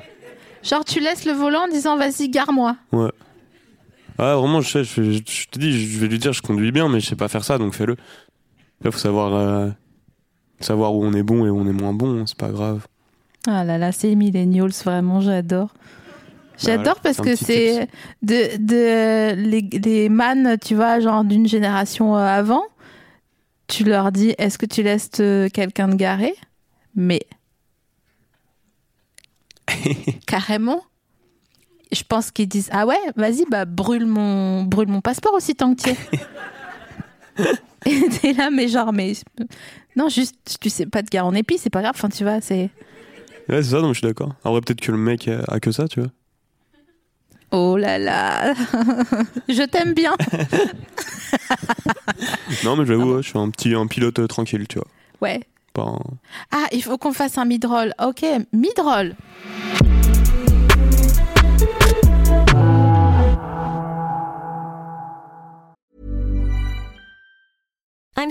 Speaker 2: Genre, tu laisses le volant en disant, vas-y, gare-moi.
Speaker 3: Ouais. Ah, vraiment, je sais, je, je- je te dis, je vais lui dire, je conduis bien, mais je sais pas faire ça, donc fais-le. Là, faut savoir, euh, savoir où on est bon et où on est moins bon, hein, c'est pas grave.
Speaker 2: Ah là là, c'est millennials, vraiment, j'adore.
Speaker 3: Voilà,
Speaker 2: J'adore parce
Speaker 3: Bah, un
Speaker 2: que
Speaker 3: petit
Speaker 2: c'est de, de les, les man, tu vois, genre d'une génération euh, avant, tu leur dis est-ce que tu laisses euh, quelqu'un de garer Mais carrément, je pense qu'ils disent ah ouais, vas-y, bah brûle mon brûle mon passeport aussi tant que tu y es. Et t'es là, mais genre, mais non, juste tu sais pas de gare en épi, c'est pas grave. Enfin, tu vois, c'est
Speaker 3: Ouais, c'est ça, donc je suis d'accord. En vrai, peut-être que le mec a, a que ça, tu vois.
Speaker 2: Oh là là Je t'aime bien
Speaker 3: Non, mais
Speaker 2: Ah
Speaker 3: j'avoue, ouais, je suis un petit un pilote euh, tranquille, tu vois.
Speaker 2: Ouais.
Speaker 3: Pas un-
Speaker 2: Ah, il faut qu'on fasse un mid-roll. Ok, mid-roll.
Speaker 4: I'm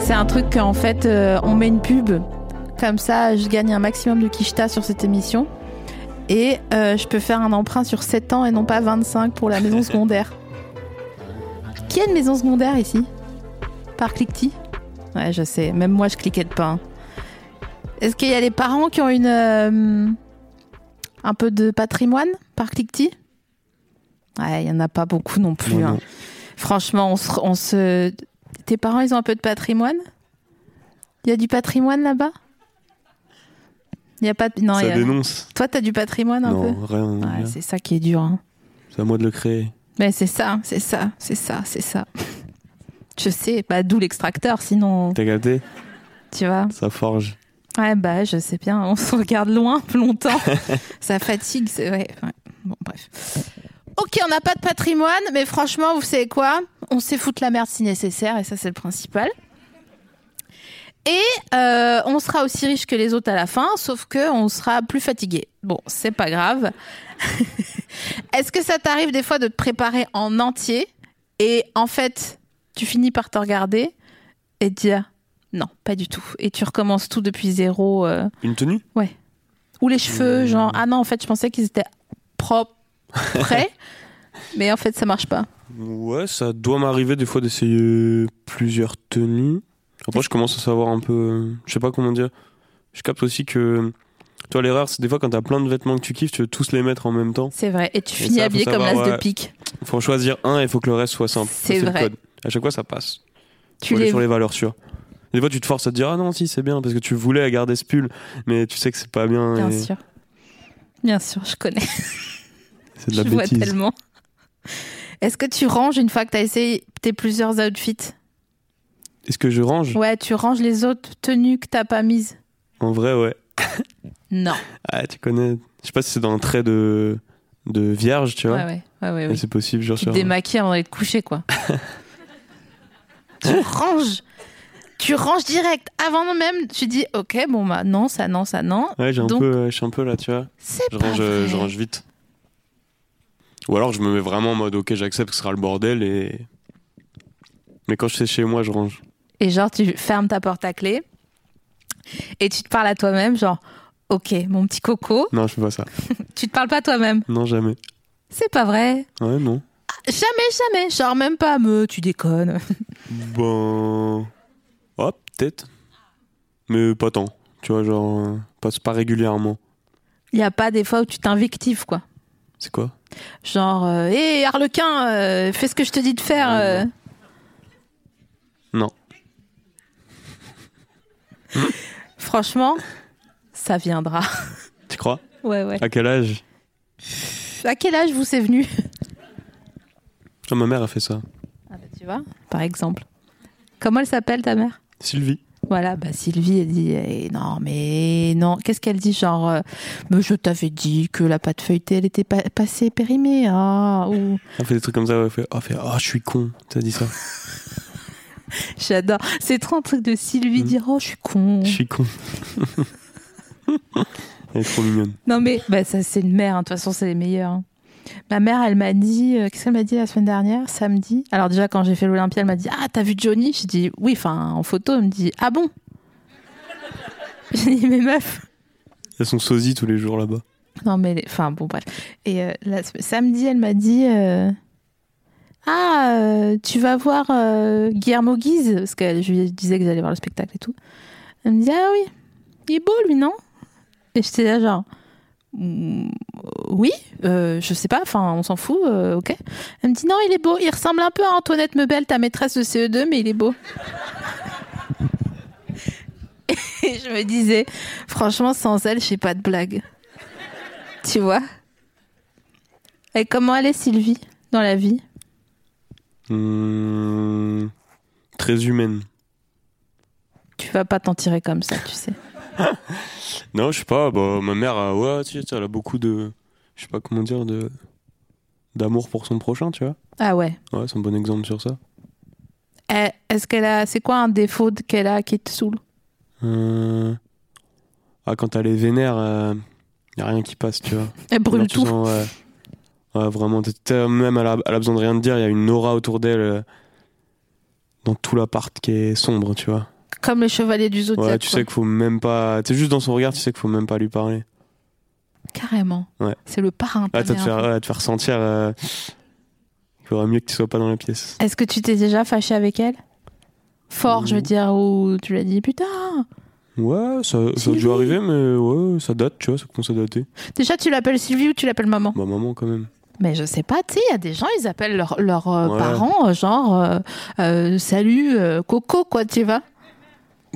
Speaker 2: C'est un truc qu'en fait, euh, on met une pub. Comme ça, je gagne un maximum de kishta sur cette émission. Et euh, je peux faire un emprunt sur 7 ans et non pas 25 pour la maison secondaire. Qui a une maison secondaire ici Par cliquetis Ouais, je sais. Même moi, je cliquais de pain. Est-ce qu'il y a les parents qui ont une... euh, un peu de patrimoine par cliquetis Ouais, il n'y en a pas beaucoup non plus.
Speaker 3: Ouais,
Speaker 2: hein.
Speaker 3: non.
Speaker 2: Franchement, on se, on se- Tes parents, ils ont un peu de patrimoine Il y a du patrimoine là-bas Il n'y a pas de... Non, il
Speaker 3: ça
Speaker 2: y a-
Speaker 3: dénonce.
Speaker 2: Toi, t'as du patrimoine un
Speaker 3: Non,
Speaker 2: peu
Speaker 3: rien. rien.
Speaker 2: Ouais, c'est ça qui est dur. hein.
Speaker 3: c'est à moi de le créer.
Speaker 2: Mais c'est ça, c'est ça, c'est ça, c'est ça. Je sais, bah, d'où l'extracteur, sinon,
Speaker 3: T'as gâté
Speaker 2: tu vois.
Speaker 3: Ça forge.
Speaker 2: Ouais, bah, je sais bien, on se regarde loin, longtemps. ça fatigue, c'est vrai. Ouais. Bon, bref. Ok, on n'a pas de patrimoine, mais franchement, vous savez quoi On s'est foutu la merde si nécessaire, et ça, c'est le principal. Et euh, on sera aussi riche que les autres à la fin, sauf que on sera plus fatigué. Bon, c'est pas grave. Est-ce que ça t'arrive des fois de te préparer en entier et en fait, tu finis par te regarder et te dire non, pas du tout. Et tu recommences tout depuis zéro. euh,
Speaker 3: Une tenue
Speaker 2: ou les
Speaker 3: Mmh.
Speaker 2: cheveux, genre ah non en fait je pensais qu'ils étaient propres, prêts, mais en fait ça marche pas.
Speaker 3: Ouais, ça doit m'arriver des fois d'essayer plusieurs tenues. Après, je commence à savoir un peu. euh, Je sais pas comment dire. Je capte aussi que. Toi, l'erreur, c'est des fois quand t'as plein de vêtements que tu kiffes, tu veux tous les mettre en même temps.
Speaker 2: C'est vrai. Et tu
Speaker 3: Et
Speaker 2: finis
Speaker 3: ça, faut
Speaker 2: habillé comme
Speaker 3: savoir,
Speaker 2: l'as de
Speaker 3: ouais.
Speaker 2: pique.
Speaker 3: Faut en choisir un et il faut que le reste soit simple.
Speaker 2: C'est
Speaker 3: Ça, le
Speaker 2: vrai.
Speaker 3: code. À chaque fois, ça passe.
Speaker 2: Tu
Speaker 3: Faut aller
Speaker 2: les
Speaker 3: sur les valeurs sûres. Des fois, tu te forces à te dire Ah non, si, c'est bien, parce que tu voulais garder ce pull, mais tu sais que c'est pas bien.
Speaker 2: bien
Speaker 3: et
Speaker 2: sûr, bien sûr je connais.
Speaker 3: C'est de
Speaker 2: je
Speaker 3: la
Speaker 2: vois
Speaker 3: bêtise.
Speaker 2: tellement. Est-ce que tu ranges une fois que t'as essayé tes plusieurs outfits
Speaker 3: Est-ce que je range
Speaker 2: Ouais, tu ranges les autres tenues que t'as pas mises.
Speaker 3: En vrai, ouais.
Speaker 2: Non.
Speaker 3: Ah, tu connais. Je sais pas si c'est dans un trait de, de vierge, tu vois.
Speaker 2: Ouais ouais ouais ouais.
Speaker 3: Mais
Speaker 2: ouais.
Speaker 3: C'est possible, genre
Speaker 2: Tu te
Speaker 3: sur-
Speaker 2: démaquilles avant d'aller te coucher, quoi. tu ranges. Tu ranges direct. Avant même, tu dis, ok, bon, bah, non, ça, non, ça, non.
Speaker 3: Ouais, j'ai un
Speaker 2: Donc-
Speaker 3: peu, euh, je suis un peu là, tu vois.
Speaker 2: C'est
Speaker 3: Je
Speaker 2: pas
Speaker 3: range,
Speaker 2: vrai.
Speaker 3: euh, je range vite. Ou alors je me mets vraiment en mode ok, j'accepte que ce sera le bordel et. Mais quand je suis chez moi, je range.
Speaker 2: Et genre, tu fermes ta porte à clé et tu te parles à toi-même, genre, ok, mon petit coco.
Speaker 3: Non, je fais pas ça.
Speaker 2: Tu te parles pas à toi-même.
Speaker 3: Non, jamais.
Speaker 2: C'est pas vrai.
Speaker 3: Ouais, non.
Speaker 2: Jamais, jamais. Genre même pas, me, tu déconnes.
Speaker 3: Ben. Ah, peut-être. Mais pas tant. Tu vois, genre, euh, pas, pas régulièrement.
Speaker 2: Il n'y a pas des fois où tu t'invectives, quoi.
Speaker 3: C'est quoi
Speaker 2: Genre, euh, hé, Harlequin, euh, fais ce que je te dis de faire.
Speaker 3: Ah
Speaker 2: euh.
Speaker 3: Non.
Speaker 2: Franchement, ça viendra.
Speaker 3: Tu crois
Speaker 2: Ouais, ouais.
Speaker 3: À quel âge
Speaker 2: À quel âge vous c'est venu
Speaker 3: Ah, Ma mère a fait ça.
Speaker 2: Bah, Tu vois, par exemple. Comment elle s'appelle ta mère
Speaker 3: Sylvie.
Speaker 2: Voilà, bah Sylvie, elle dit eh, non, mais non. Qu'est-ce qu'elle dit Genre, euh, mais je t'avais dit que la pâte feuilletée, elle était pa- passée périmée. Ah, ou.
Speaker 3: Elle fait des trucs comme ça. Elle fait Ah, fait, ah, je suis con. T'as dit ça
Speaker 2: J'adore. C'est trop un truc de Sylvie dire oh, je suis con.
Speaker 3: Je suis con. Elle est trop mignonne.
Speaker 2: Non, mais bah, ça, c'est une mère. hein. De toute façon, c'est les meilleurs. hein. Ma mère, elle m'a dit, euh, qu'est-ce qu'elle m'a dit la semaine dernière, samedi Alors, déjà, quand j'ai fait l'Olympia, elle m'a dit Ah, t'as vu Johnny J'ai dit Oui, enfin, en photo, elle me dit Ah bon J'ai dit Mais meuf,
Speaker 3: Elles sont sosies tous les jours là-bas.
Speaker 2: Non, mais les- enfin, bon, bref. Et euh, la sem- samedi, elle m'a dit euh, Ah, euh, tu vas voir euh, Guillermo Guise Parce que je lui disais que j'allais voir le spectacle et tout. Elle me dit Ah oui, il est beau lui, non Et j'étais là, genre Mm, Oui, euh, je sais pas, enfin, on s'en fout, euh, ok. Elle me dit Non, il est beau, il ressemble un peu à Antoinette Meubel, ta maîtresse de CE2, mais il est beau. Et je me disais, franchement, sans elle, je sais pas de blague. Tu vois Et comment elle est Sylvie dans la vie
Speaker 3: Hum, très humaine.
Speaker 2: Tu vas pas t'en tirer comme ça, tu sais.
Speaker 3: Non, je sais pas. Bah, ma mère, euh, ouais, tu sais, elle a beaucoup de. Je sais pas comment dire, de. D'amour pour son prochain, tu vois.
Speaker 2: Ah ouais.
Speaker 3: Ouais, c'est un bon exemple sur ça.
Speaker 2: Eh, Est-ce qu'elle a c'est quoi un défaut de- qu'elle a qui te saoule
Speaker 3: Euh, Ah, quand elle est vénère, euh, y a rien qui passe, tu vois.
Speaker 2: Elle brûle
Speaker 3: Alors, tu
Speaker 2: tout.
Speaker 3: sens, ouais. Ouais, vraiment, t'es- t'es- même elle a, elle a besoin de rien te dire, il y a une aura autour d'elle euh, dans tout l'appart qui est sombre, tu vois.
Speaker 2: Comme le chevalier du zodiaque.
Speaker 3: Ouais, tu
Speaker 2: quoi.
Speaker 3: sais qu'il faut même pas. T'es juste dans son regard, tu sais qu'il faut même pas lui parler.
Speaker 2: Carrément.
Speaker 3: Ouais.
Speaker 2: C'est le parrain. ta
Speaker 3: Là, t'as Ah, te
Speaker 2: mère.
Speaker 3: faire, ouais, te faire sentir. euh, qu'il vaudrait mieux que tu sois pas dans la pièce.
Speaker 2: Est-ce que tu t'es déjà fâché avec elle Fort, je veux
Speaker 3: Ouh.
Speaker 2: dire, où tu l'as dit putain.
Speaker 3: Ouais, ça, ça a
Speaker 2: Sylvie.
Speaker 3: dû arriver, mais ouais, ça date, tu vois, ça commence à dater.
Speaker 2: Déjà, tu l'appelles Sylvie ou tu l'appelles maman
Speaker 3: Bah, maman, quand même.
Speaker 2: Mais je sais pas, tu sais, il y a des gens, ils appellent leurs leurs, euh,
Speaker 3: Ouais.
Speaker 2: parents, euh, genre, euh, euh, salut, euh, Coco, quoi, tu vois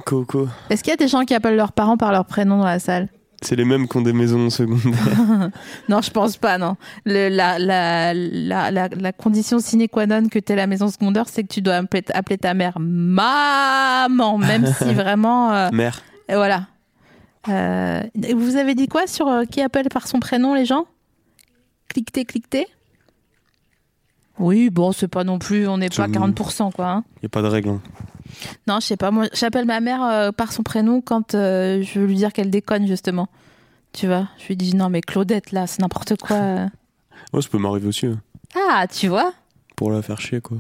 Speaker 3: Coco.
Speaker 2: Est-ce qu'il y a des gens qui appellent leurs parents par leur prénom dans la salle
Speaker 3: C'est les mêmes qui ont des maisons secondaires.
Speaker 2: Non, je pense pas, non. Le- la, la, la, la, la condition sine qua non que t'aies la maison secondaire, c'est que tu dois appeler, appeler ta mère maman, même si vraiment. euh,
Speaker 3: Mère.
Speaker 2: et voilà. Euh, vous avez dit quoi sur euh, qui appelle par son prénom les gens Cliquez, cliquez. Oui, bon, c'est pas non plus, on n'est pas
Speaker 3: C'est-
Speaker 2: 40%, quoi. hein.
Speaker 3: Y a pas de règle. hein.
Speaker 2: Non, je sais pas. Moi, j'appelle ma mère euh, par son prénom quand euh, je veux lui dire qu'elle déconne, justement. Tu vois, je lui dis non, mais Claudette, là, c'est n'importe quoi. euh.
Speaker 3: Ouais, ça peut m'arriver aussi, hein,
Speaker 2: ah, tu vois
Speaker 3: pour la faire chier, quoi.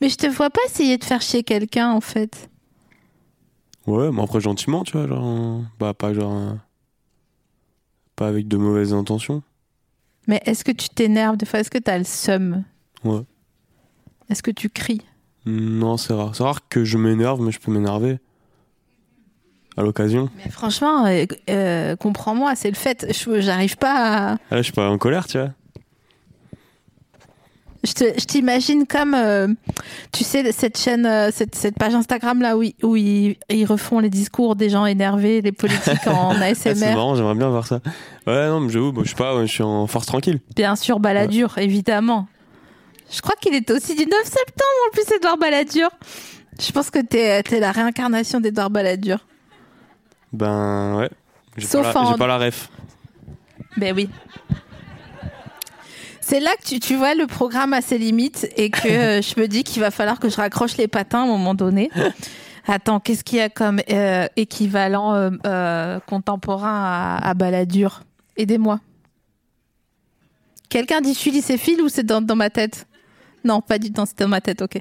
Speaker 2: Mais je te vois pas essayer de faire chier quelqu'un, en fait.
Speaker 3: Ouais, mais après gentiment, tu vois, genre. euh, Bah, pas genre. euh, Pas avec de mauvaises intentions.
Speaker 2: Mais est-ce que tu t'énerves des fois Est-ce que t'as le seum
Speaker 3: Ouais.
Speaker 2: Est-ce que tu cries
Speaker 3: Hmm, Non, c'est rare. C'est rare que je m'énerve, mais je peux m'énerver. À l'occasion.
Speaker 2: Mais franchement, euh, euh, comprends-moi, c'est le fait. Je- J'arrive pas à...
Speaker 3: Ah, là, je suis pas en colère, tu vois.
Speaker 2: Je te- je t'imagine comme, euh, tu sais, cette chaîne, euh, cette, cette page Instagram là où, ils- où ils, ils refont les discours des gens énervés, les politiques en
Speaker 3: Ah, c'est
Speaker 2: ASMR.
Speaker 3: marrant, j'aimerais bien voir ça. Ouais, non, mais j'avoue, bah, je suis pas, ouais, je suis en force tranquille.
Speaker 2: Bien sûr, Balladur, évidemment. Je crois qu'il est aussi du 9 septembre en plus, Edouard Balladur. Je pense que t'es es la réincarnation d'Edouard Balladur.
Speaker 3: Ben, ouais. J'ai
Speaker 2: Sauf
Speaker 3: pas, la,
Speaker 2: en-
Speaker 3: j'ai pas la ref.
Speaker 2: Ben oui. C'est là que tu, tu vois le programme à ses limites et que euh, je me dis qu'il va falloir que je raccroche les patins à un moment donné. Attends, qu'est-ce qu'il y a comme euh, équivalent euh, euh, contemporain à, à Balladur Aidez-moi. Quelqu'un dit Julie Céphile ou c'est dans, dans ma tête Non, pas du tout, c'est dans ma tête, ok.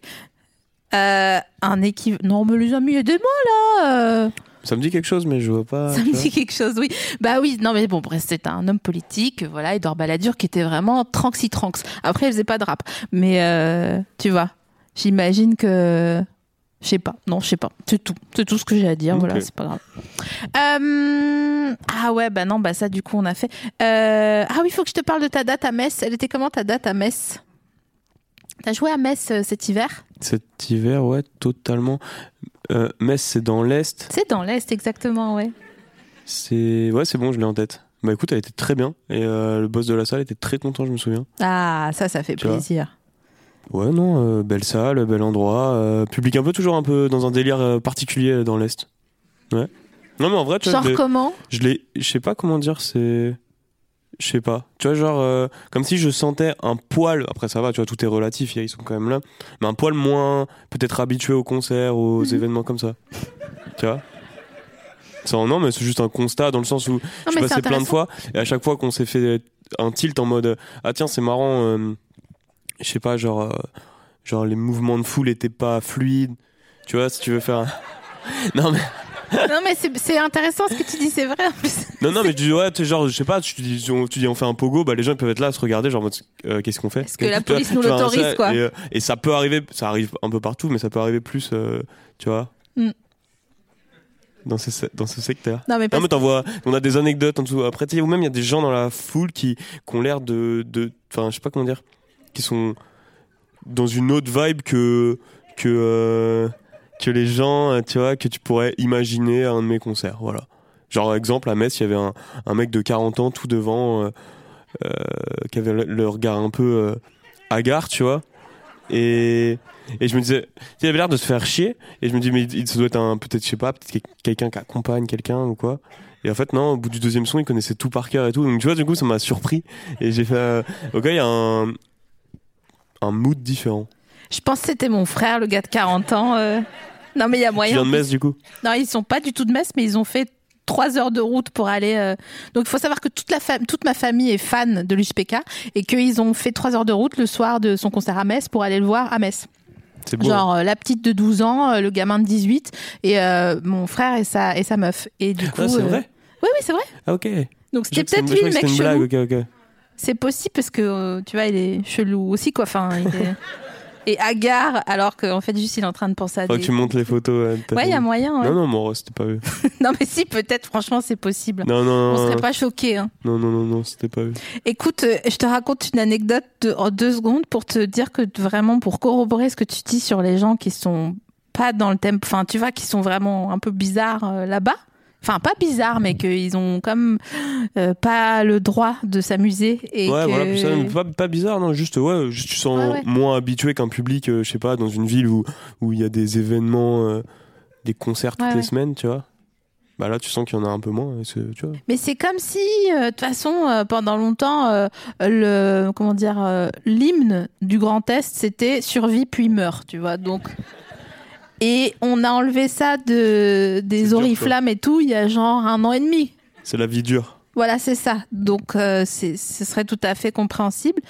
Speaker 2: Euh, un équivalent. Non, mais les amis, aidez-moi là euh.
Speaker 3: Ça me dit quelque chose, mais je vois pas.
Speaker 2: Ça
Speaker 3: tu
Speaker 2: me
Speaker 3: vois.
Speaker 2: dit quelque chose, oui. Bah oui, non mais bon, bref, c'est un homme politique, voilà, Edouard Balladur, qui était vraiment tranxy tranx. Après, il faisait pas de rap, mais euh, tu vois, j'imagine que, je sais pas, non, je sais pas, c'est tout, c'est tout ce que j'ai à dire,
Speaker 3: Ok.
Speaker 2: voilà, c'est pas grave. Euh, Ah ouais, bah non, bah ça, du coup, on a fait. Euh, Ah oui, faut que je te parle de ta date à Metz. Elle était comment ta date à Metz T'as joué à Metz euh, cet hiver
Speaker 3: Cet hiver, ouais, totalement. Euh, Metz, c'est dans l'Est.
Speaker 2: C'est dans l'est, exactement, ouais.
Speaker 3: C'est ouais, c'est bon, je l'ai en tête. Bah écoute, elle était très bien et euh, le boss de la salle était très content, je me souviens.
Speaker 2: Ah, ça, ça fait
Speaker 3: Tu vois.
Speaker 2: plaisir.
Speaker 3: Ouais, non, euh, belle salle, bel endroit, euh, public un peu toujours un peu dans un délire euh, particulier euh, dans l'est. Ouais. Non mais en vrai, tu vois,
Speaker 2: Genre
Speaker 3: je l'ai-
Speaker 2: comment
Speaker 3: je l'ai, je sais pas comment dire, c'est, je sais pas. Tu vois, genre euh, comme si je sentais un poil. Après ça va, tu vois, tout est relatif, ils sont quand même là, mais un poil moins peut-être habitué aux concerts, aux
Speaker 2: Mhm.
Speaker 3: événements comme ça. tu vois. Ça, non, mais c'est juste un constat dans le sens où
Speaker 2: Non,
Speaker 3: je
Speaker 2: mais
Speaker 3: suis
Speaker 2: c'est
Speaker 3: passé plein de
Speaker 2: intéressant.
Speaker 3: fois et à chaque fois qu'on s'est fait un tilt en mode ah tiens c'est marrant euh, je sais pas genre euh, genre les mouvements de foule étaient pas fluides tu vois si tu veux faire un... non mais
Speaker 2: Non, mais c'est c'est intéressant ce que tu dis, c'est vrai en plus.
Speaker 3: non non mais tu dis ouais tu sais, genre je sais pas tu dis on, tu dis on fait un pogo bah les gens ils peuvent être là à se regarder genre en mode, euh, qu'est-ce qu'on fait
Speaker 2: Est-ce que la
Speaker 3: Tu vois,
Speaker 2: police nous
Speaker 3: tu vois,
Speaker 2: l'autorise,
Speaker 3: ça,
Speaker 2: quoi
Speaker 3: et, euh, et ça peut arriver ça arrive un peu partout mais ça peut arriver plus euh, tu vois
Speaker 2: Mm.
Speaker 3: dans ce dans ce secteur
Speaker 2: Non, mais
Speaker 3: Non
Speaker 2: parce
Speaker 3: mais t'en vois, on a des anecdotes en dessous. Après, tu sais, ou même il y a des gens dans la foule qui, qui ont l'air de, de, enfin, je sais pas comment dire, qui sont dans une autre vibe que que euh, que les gens, euh, tu vois, que tu pourrais imaginer à un de mes concerts. Voilà. Genre exemple à Metz, il y avait un, un mec de 40 ans tout devant euh, euh, qui avait le, le regard un peu euh, hagard, tu vois. Et, et je me disais, tu sais, il avait l'air de se faire chier. Et je me dis, mais il, il- ça doit être un, peut-être, je sais pas, peut-être quel- quelqu'un qui accompagne quelqu'un ou quoi. Et en fait, non, au bout du deuxième son, il connaissait tout par cœur et tout. Donc, tu vois, du coup, ça m'a surpris. Et j'ai fait, euh, ok, il y a un, un mood différent.
Speaker 2: que- Je pense que c'était mon frère, le gars de 40 ans. euh. Non, mais il y a
Speaker 3: Tu
Speaker 2: moyen.
Speaker 3: viens de Metz, du coup.
Speaker 2: Non, ils sont pas du tout de Metz, mais ils ont fait trois heures de route pour aller. euh, Donc, il faut savoir que toute, la fam- toute ma famille est fan de l'UJPK et qu'ils ont fait trois heures de route le soir de son concert à Metz pour aller le voir à Metz.
Speaker 3: C'est beau. hein.
Speaker 2: Genre euh, la petite de 12 ans, euh, le gamin de 18 et euh, mon frère et sa, et sa meuf. Et du coup.
Speaker 3: Ah, c'est
Speaker 2: euh,
Speaker 3: vrai?
Speaker 2: Oui, oui, c'est vrai.
Speaker 3: Ah, ok. Je
Speaker 2: Donc, c'était
Speaker 3: crois que c'est une-
Speaker 2: peut-être
Speaker 3: je
Speaker 2: lui le
Speaker 3: crois que
Speaker 2: mec
Speaker 3: c'était une
Speaker 2: chelou.
Speaker 3: blague, ok, ok.
Speaker 2: C'est possible parce que euh, tu vois, il est chelou aussi, quoi. Enfin, il est... et hagard, alors qu'en fait, juste il est en train de penser à
Speaker 3: Faudrait
Speaker 2: des.
Speaker 3: que tu montes les photos. euh, de ta
Speaker 2: Ouais, il y a
Speaker 3: famille.
Speaker 2: moyen. ouais.
Speaker 3: Non,
Speaker 2: Non,
Speaker 3: non, mon c'était pas vu.
Speaker 2: mais si, peut-être. Franchement, c'est possible.
Speaker 3: Non, non,
Speaker 2: On
Speaker 3: non.
Speaker 2: serait pas choqués. hein.
Speaker 3: Non, non, non, non, c'était pas vu.
Speaker 2: Écoute, euh, je te raconte une anecdote de- en deux secondes pour te dire que vraiment pour corroborer ce que tu dis sur les gens qui sont pas dans le thème, enfin tu vois, qui sont vraiment un peu bizarres euh, là-bas. Enfin, pas bizarres, mais qu'ils ont comme euh, pas le droit de s'amuser. et
Speaker 3: ouais,
Speaker 2: que-
Speaker 3: voilà, plus ça, mais pas, pas bizarre, non, juste, ouais, juste tu sens
Speaker 2: Ouais, ouais.
Speaker 3: moins habitué qu'un public, euh, je sais pas, dans une ville où où il y a des événements, euh, des concerts toutes
Speaker 2: Ouais,
Speaker 3: les
Speaker 2: ouais.
Speaker 3: semaines, tu vois. Bah là, tu sens qu'il y en a un peu moins, et c'est- tu vois.
Speaker 2: Mais c'est comme si, euh, de toute façon, euh, pendant longtemps, euh, le comment dire, euh, l'hymne du Grand Est, c'était survie puis meurt, tu vois. Donc, et on a enlevé ça de
Speaker 3: C'est
Speaker 2: des
Speaker 3: dur,
Speaker 2: oriflammes et tout. Il y a genre un an et demi.
Speaker 3: C'est la vie dure.
Speaker 2: Voilà, c'est ça. Donc, euh, c'est- ce serait tout à fait compréhensible.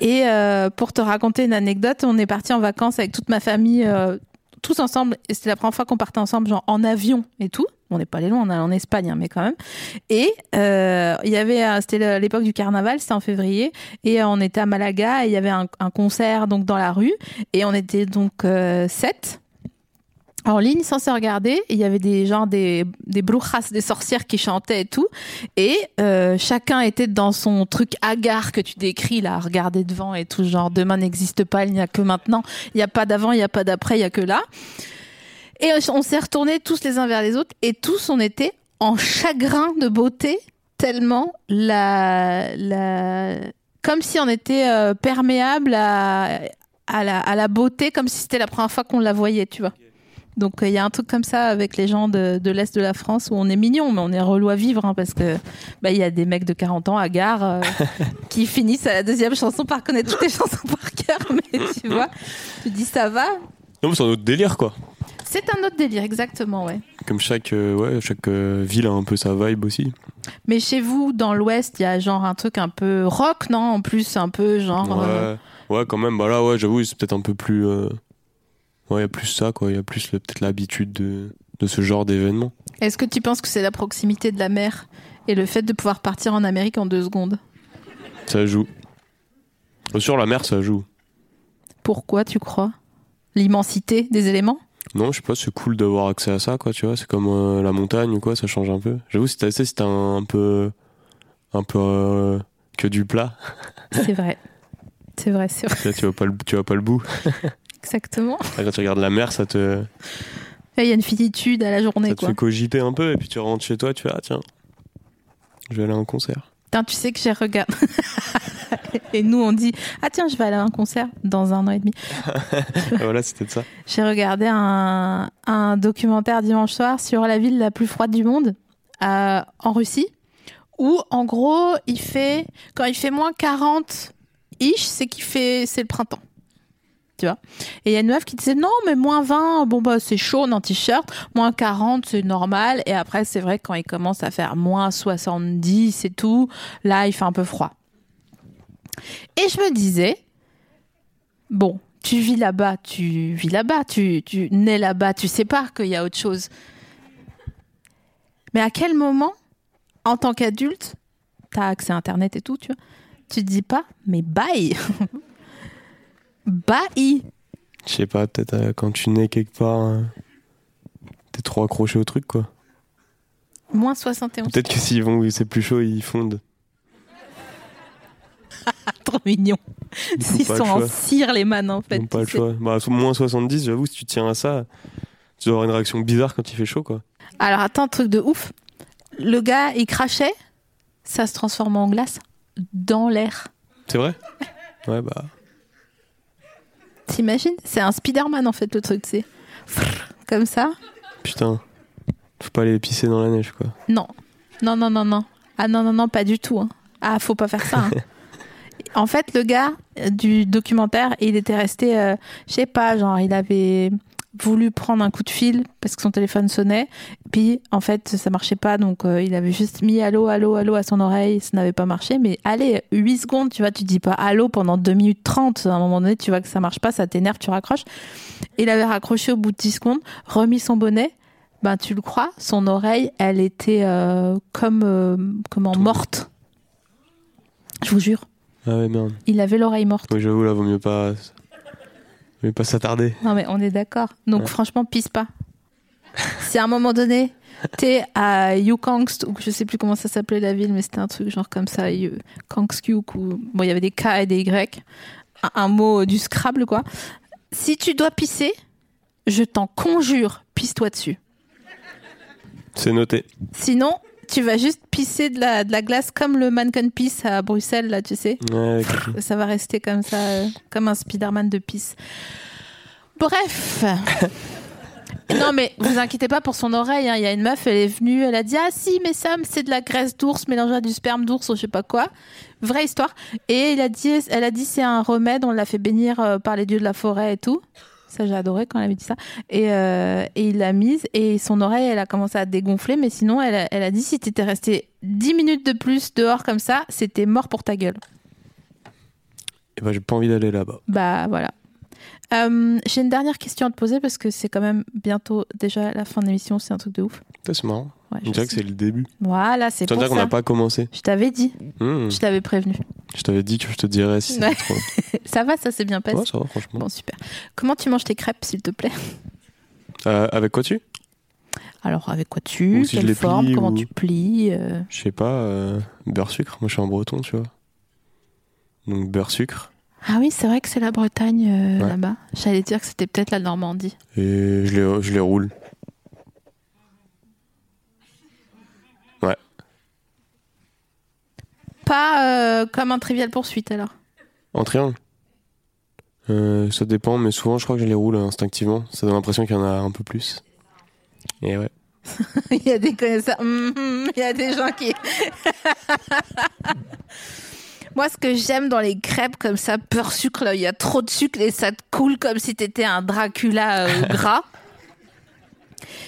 Speaker 2: Et euh, pour te raconter une anecdote, on est parti en vacances avec toute ma famille, euh, tous ensemble. Et c'était la première fois qu'on partait ensemble, genre en avion et tout. On n'est pas allé loin, on est allé en Espagne, hein, mais quand même. Et euh, il y avait, euh, c'était le- l'époque du carnaval, c'était en février, et euh, on était à Malaga. Et il y avait un, un concert donc dans la rue, et on était donc euh, sept en ligne sans se regarder. Et Il y avait des gens, des, des brujas, des sorcières qui chantaient et tout. Et euh, chacun était dans son truc hagard que tu décris là, à regarder devant et tout, genre demain n'existe pas, il n'y a que maintenant, il n'y a pas d'avant, il n'y a pas d'après, il n'y a que là. Et euh, on s'est retournés tous les uns vers les autres et tous on était en chagrin de beauté, tellement la. la... Comme si on était euh, perméable à, à, la, à la beauté, comme si c'était la première fois qu'on la voyait, tu vois. Donc euh, il y a un truc comme ça avec les gens de, de l'Est de la France où on est mignon, mais on est relou à vivre hein, parce que bah, il y a des mecs de 40 ans à gare euh, qui finissent à la deuxième chanson par connaître toutes les chansons par cœur. Mais tu vois, tu dis ça va.
Speaker 3: Non, mais c'est un autre délire, quoi.
Speaker 2: C'est un autre délire, exactement, ouais.
Speaker 3: Comme chaque, euh, ouais, chaque euh, ville a un peu sa vibe aussi.
Speaker 2: Mais chez vous, dans l'Ouest, il y a genre un truc un peu rock, non En plus, un peu genre. euh,
Speaker 3: Ouais, ouais, quand même. Bah là, ouais, j'avoue, c'est peut-être un peu plus. euh, Ouais, il y a plus ça, quoi. Il y a plus le- peut-être l'habitude de, de ce genre d'événement.
Speaker 2: Est-ce que tu penses que c'est la proximité de la mer et le fait de pouvoir partir en Amérique en deux secondes
Speaker 3: Ça joue. Euh, Sur la mer, ça joue.
Speaker 2: Pourquoi tu crois L'immensité des éléments
Speaker 3: Non, je sais pas, c'est cool d'avoir accès à ça, quoi, tu vois. C'est comme euh, la montagne ou quoi, ça change un peu. J'avoue, si t'as essayé, c'était un, un peu. un peu. euh, que du plat.
Speaker 2: C'est vrai. C'est vrai, c'est vrai.
Speaker 3: Là, tu vois pas le, tu vois pas le bout.
Speaker 2: Exactement.
Speaker 3: Là, quand tu regardes la mer, ça te,
Speaker 2: Là, Il y a une finitude à la
Speaker 3: ça
Speaker 2: journée,
Speaker 3: te
Speaker 2: quoi.
Speaker 3: fait cogiter un peu, et puis tu rentres chez toi, tu fais, ah tiens, je vais aller à un concert.
Speaker 2: Putain, tu sais que j'ai regardé. et nous, on dit Ah, tiens, je vais aller à un concert dans un an et demi.
Speaker 3: Et Ah, voilà, c'était de ça.
Speaker 2: J'ai regardé un, un documentaire dimanche soir sur la ville la plus froide du monde, à- en Russie, où en gros, il fait, quand il fait moins 40 ish, c'est qu'il fait, c'est le printemps. Tu vois Et il y a une meuf qui disait non, mais moins 20, bon bah c'est chaud, on est en t-shirt, moins 40, c'est normal. Et après, c'est vrai, que quand il commence à faire moins 70 et tout, là, il fait un peu froid. Et je me disais, bon, tu vis là-bas, tu vis là-bas, tu, tu nais là-bas, tu sais pas qu'il y a autre chose. Mais à quel moment, en tant qu'adulte, t'as accès à Internet et tout, tu vois, tu te dis pas, mais bye Bye
Speaker 3: Je sais pas, peut-être euh, quand tu nais quelque part, euh, t'es trop accroché au truc, quoi.
Speaker 2: Moins 71.
Speaker 3: Peut-être que s'ils vont où c'est plus chaud, ils fondent.
Speaker 2: Ah, Trop mignon.
Speaker 3: coup,
Speaker 2: Ils
Speaker 3: pas le
Speaker 2: sont en
Speaker 3: choix.
Speaker 2: cire, les man, en fait.
Speaker 3: Ils n'ont pas
Speaker 2: tu
Speaker 3: le
Speaker 2: sais.
Speaker 3: choix. Bah, so- moins 70, j'avoue, si tu tiens à ça, tu dois avoir une réaction bizarre quand il fait chaud, quoi.
Speaker 2: Alors attends, truc de ouf. Le gars, il crachait, ça se transforme en glace dans l'air.
Speaker 3: C'est vrai Ouais, bah.
Speaker 2: T'imagines C'est un Spider-Man en fait le truc, c'est comme ça.
Speaker 3: Putain, faut pas aller pisser dans la neige quoi.
Speaker 2: Non, non, non, non, non. Ah non, non, non, pas du tout. hein. Ah, faut pas faire ça. hein. en fait, le gars euh, du documentaire, il était resté, euh, je sais pas, genre il avait voulu prendre un coup de fil parce que son téléphone sonnait. Puis en fait, ça marchait pas, donc euh, il avait juste mis allô, allô, allô à son oreille. Ça n'avait pas marché, mais allez, 8 secondes, tu vois, tu dis pas allô pendant 2 minutes 30. À un moment donné, tu vois que ça marche pas, ça t'énerve, tu raccroches. Il avait raccroché au bout de 10 secondes, remis son bonnet. Ben, tu le crois, son oreille, elle était euh, comme euh, comment morte. Je vous jure,
Speaker 3: Ah ouais, merde.
Speaker 2: il avait l'oreille morte.
Speaker 3: Oui, j'avoue, là, vaut mieux pas. vaut mieux pas s'attarder.
Speaker 2: Non mais on est d'accord. Donc
Speaker 3: Ouais.
Speaker 2: franchement, pisse pas. si à un moment donné, t'es à Yukangst, ou je sais plus comment ça s'appelait la ville, mais c'était un truc genre comme ça, Yu- Kangskuk, ou bon, il y avait des K et des Y, un, un mot euh, du Scrabble quoi. Si tu dois pisser, je t'en conjure, pisse-toi dessus.
Speaker 3: C'est noté.
Speaker 2: Sinon, tu vas juste pisser de la, de la glace comme le mannequin pisse à Bruxelles, là, tu sais.
Speaker 3: Ouais, ok.
Speaker 2: Ça va rester comme ça, euh, comme un Spider-Man de pisse. Bref. Non mais vous inquiétez pas pour son oreille, hein. il y a une meuf, elle est venue, elle a dit ah si mais Sam c'est de la graisse d'ours mélangée à du sperme d'ours ou je sais pas quoi, vraie histoire. Et il a dit, elle a dit c'est un remède, on l'a fait bénir euh, par les dieux de la forêt et tout. Ça j'ai adoré quand elle avait dit ça. Et, euh, et il l'a mise et son oreille elle a commencé à dégonfler, mais sinon elle a, elle a dit si t'étais resté 10 minutes de plus dehors comme ça, c'était mort pour ta gueule.
Speaker 3: Et bah, j'ai pas envie d'aller là-bas.
Speaker 2: Bah voilà. Euh, J'ai une dernière question à te poser parce que c'est quand même bientôt déjà la fin de l'émission, c'est un truc de ouf.
Speaker 3: Putain, C'est marrant.
Speaker 2: Ouais, je
Speaker 3: On dirait que
Speaker 2: sais.
Speaker 3: c'est le début.
Speaker 2: Voilà, c'est
Speaker 3: Ça
Speaker 2: pour
Speaker 3: veut dire
Speaker 2: ça.
Speaker 3: qu'on n'a pas commencé.
Speaker 2: Je t'avais dit,
Speaker 3: Hmm.
Speaker 2: je t'avais prévenu.
Speaker 3: Je t'avais dit que je te dirais si c'était
Speaker 2: Ouais.
Speaker 3: trop.
Speaker 2: ça va, ça s'est bien passé.
Speaker 3: Ouais, ça va, franchement.
Speaker 2: Bon, super. Comment tu manges tes crêpes, s'il te plaît
Speaker 3: Euh, avec quoi tu
Speaker 2: Alors, avec quoi tu
Speaker 3: Ou si je
Speaker 2: Quelle
Speaker 3: les
Speaker 2: forme
Speaker 3: plie,
Speaker 2: Comment
Speaker 3: ou-
Speaker 2: tu plies euh,
Speaker 3: Je sais pas, euh, beurre sucre. Moi, je suis un breton, tu vois. Donc, beurre sucre.
Speaker 2: Ah oui, c'est vrai que c'est la Bretagne euh,
Speaker 3: Ouais.
Speaker 2: là-bas. J'allais dire que c'était peut-être la Normandie.
Speaker 3: Et je les, je les roule.
Speaker 2: Pas euh, comme un trivial poursuite alors.
Speaker 3: En triangle Euh, Ça dépend, mais souvent je crois que je les roule euh, instinctivement. Ça donne l'impression qu'il y en a un peu plus. Et ouais.
Speaker 2: Il y a des connaisseurs. Hum, hum, Il y a des gens qui. Moi, ce que j'aime dans les crêpes comme ça, peur sucre, là, il y a trop de sucre et ça te coule comme si t'étais un Dracula euh, gras.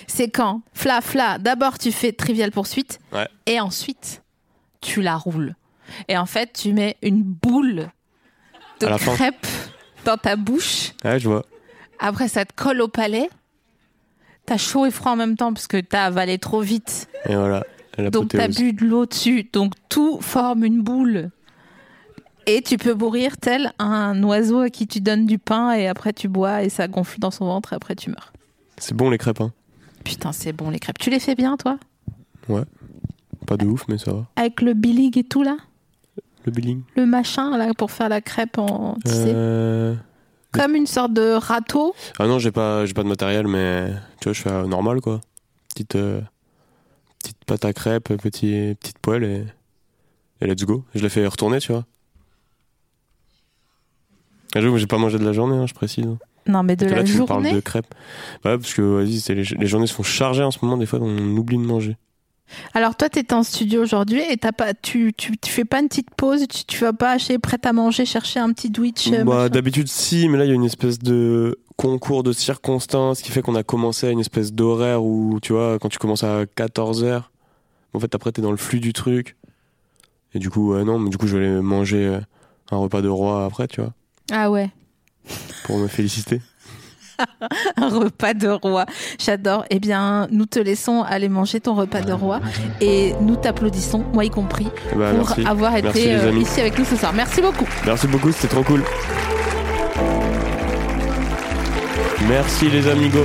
Speaker 2: C'est quand, fla fla, d'abord tu fais trivial poursuite
Speaker 3: Ouais.
Speaker 2: et ensuite tu la roules. Et en fait, tu mets une boule de
Speaker 3: À la fin.
Speaker 2: crêpes dans ta bouche.
Speaker 3: Ouais, je vois.
Speaker 2: Après, ça te colle au palais. T'as chaud et froid en même temps parce que t'as avalé trop vite.
Speaker 3: Et voilà, la
Speaker 2: Donc t'as bu de l'eau dessus. Donc tout forme une boule. Et tu peux mourir tel un oiseau à qui tu donnes du pain et après tu bois et ça gonfle dans son ventre et après tu meurs.
Speaker 3: C'est bon les crêpes, hein.
Speaker 2: Putain, c'est bon les crêpes. Tu les fais bien toi
Speaker 3: Ouais. Pas de ouf, mais ça va.
Speaker 2: Avec le billig et tout là
Speaker 3: Le billing.
Speaker 2: Le machin là pour faire la crêpe en. Tu sais
Speaker 3: Euh,
Speaker 2: Comme une sorte de râteau.
Speaker 3: Ah non, j'ai pas, j'ai pas de matériel, mais tu vois, je fais euh, normal quoi. Petite, euh, petite pâte à crêpes, petit, petite poêle et, et let's go. Je la fais retourner, tu vois. Ah, J'avoue, j'ai pas mangé de la journée, hein, je précise.
Speaker 2: Non, mais de
Speaker 3: Parce que
Speaker 2: la
Speaker 3: là, tu me parles de
Speaker 2: journée.
Speaker 3: crêpes. Bah, ouais, parce que vas-y, c'est les, les journées sont chargées en ce moment, des fois, on oublie de manger.
Speaker 2: Alors toi, t'étais en studio aujourd'hui et t'as pas, tu, tu, tu fais pas une petite pause, tu, tu vas pas chez prête à manger chercher un petit Twitch. euh,
Speaker 3: Bah,
Speaker 2: machin.
Speaker 3: D'habitude, si, mais là, il y a une espèce de concours de circonstances qui fait qu'on a commencé à une espèce d'horaire où, tu vois, quand tu commences à 14h, en fait, après, t'es dans le flux du truc. Et du coup, ouais, non, mais du coup, je vais aller manger euh, un repas de roi après, tu vois,
Speaker 2: ah ouais,
Speaker 3: pour me féliciter.
Speaker 2: un repas de roi. J'adore. Eh bien, nous te laissons aller manger ton repas de roi et nous t'applaudissons, moi y compris,
Speaker 3: Et bah,
Speaker 2: pour
Speaker 3: merci.
Speaker 2: avoir été
Speaker 3: Merci, les
Speaker 2: euh,
Speaker 3: amis.
Speaker 2: ici avec nous ce soir. Merci beaucoup.
Speaker 3: Merci beaucoup, c'était trop cool. Merci, les amigos.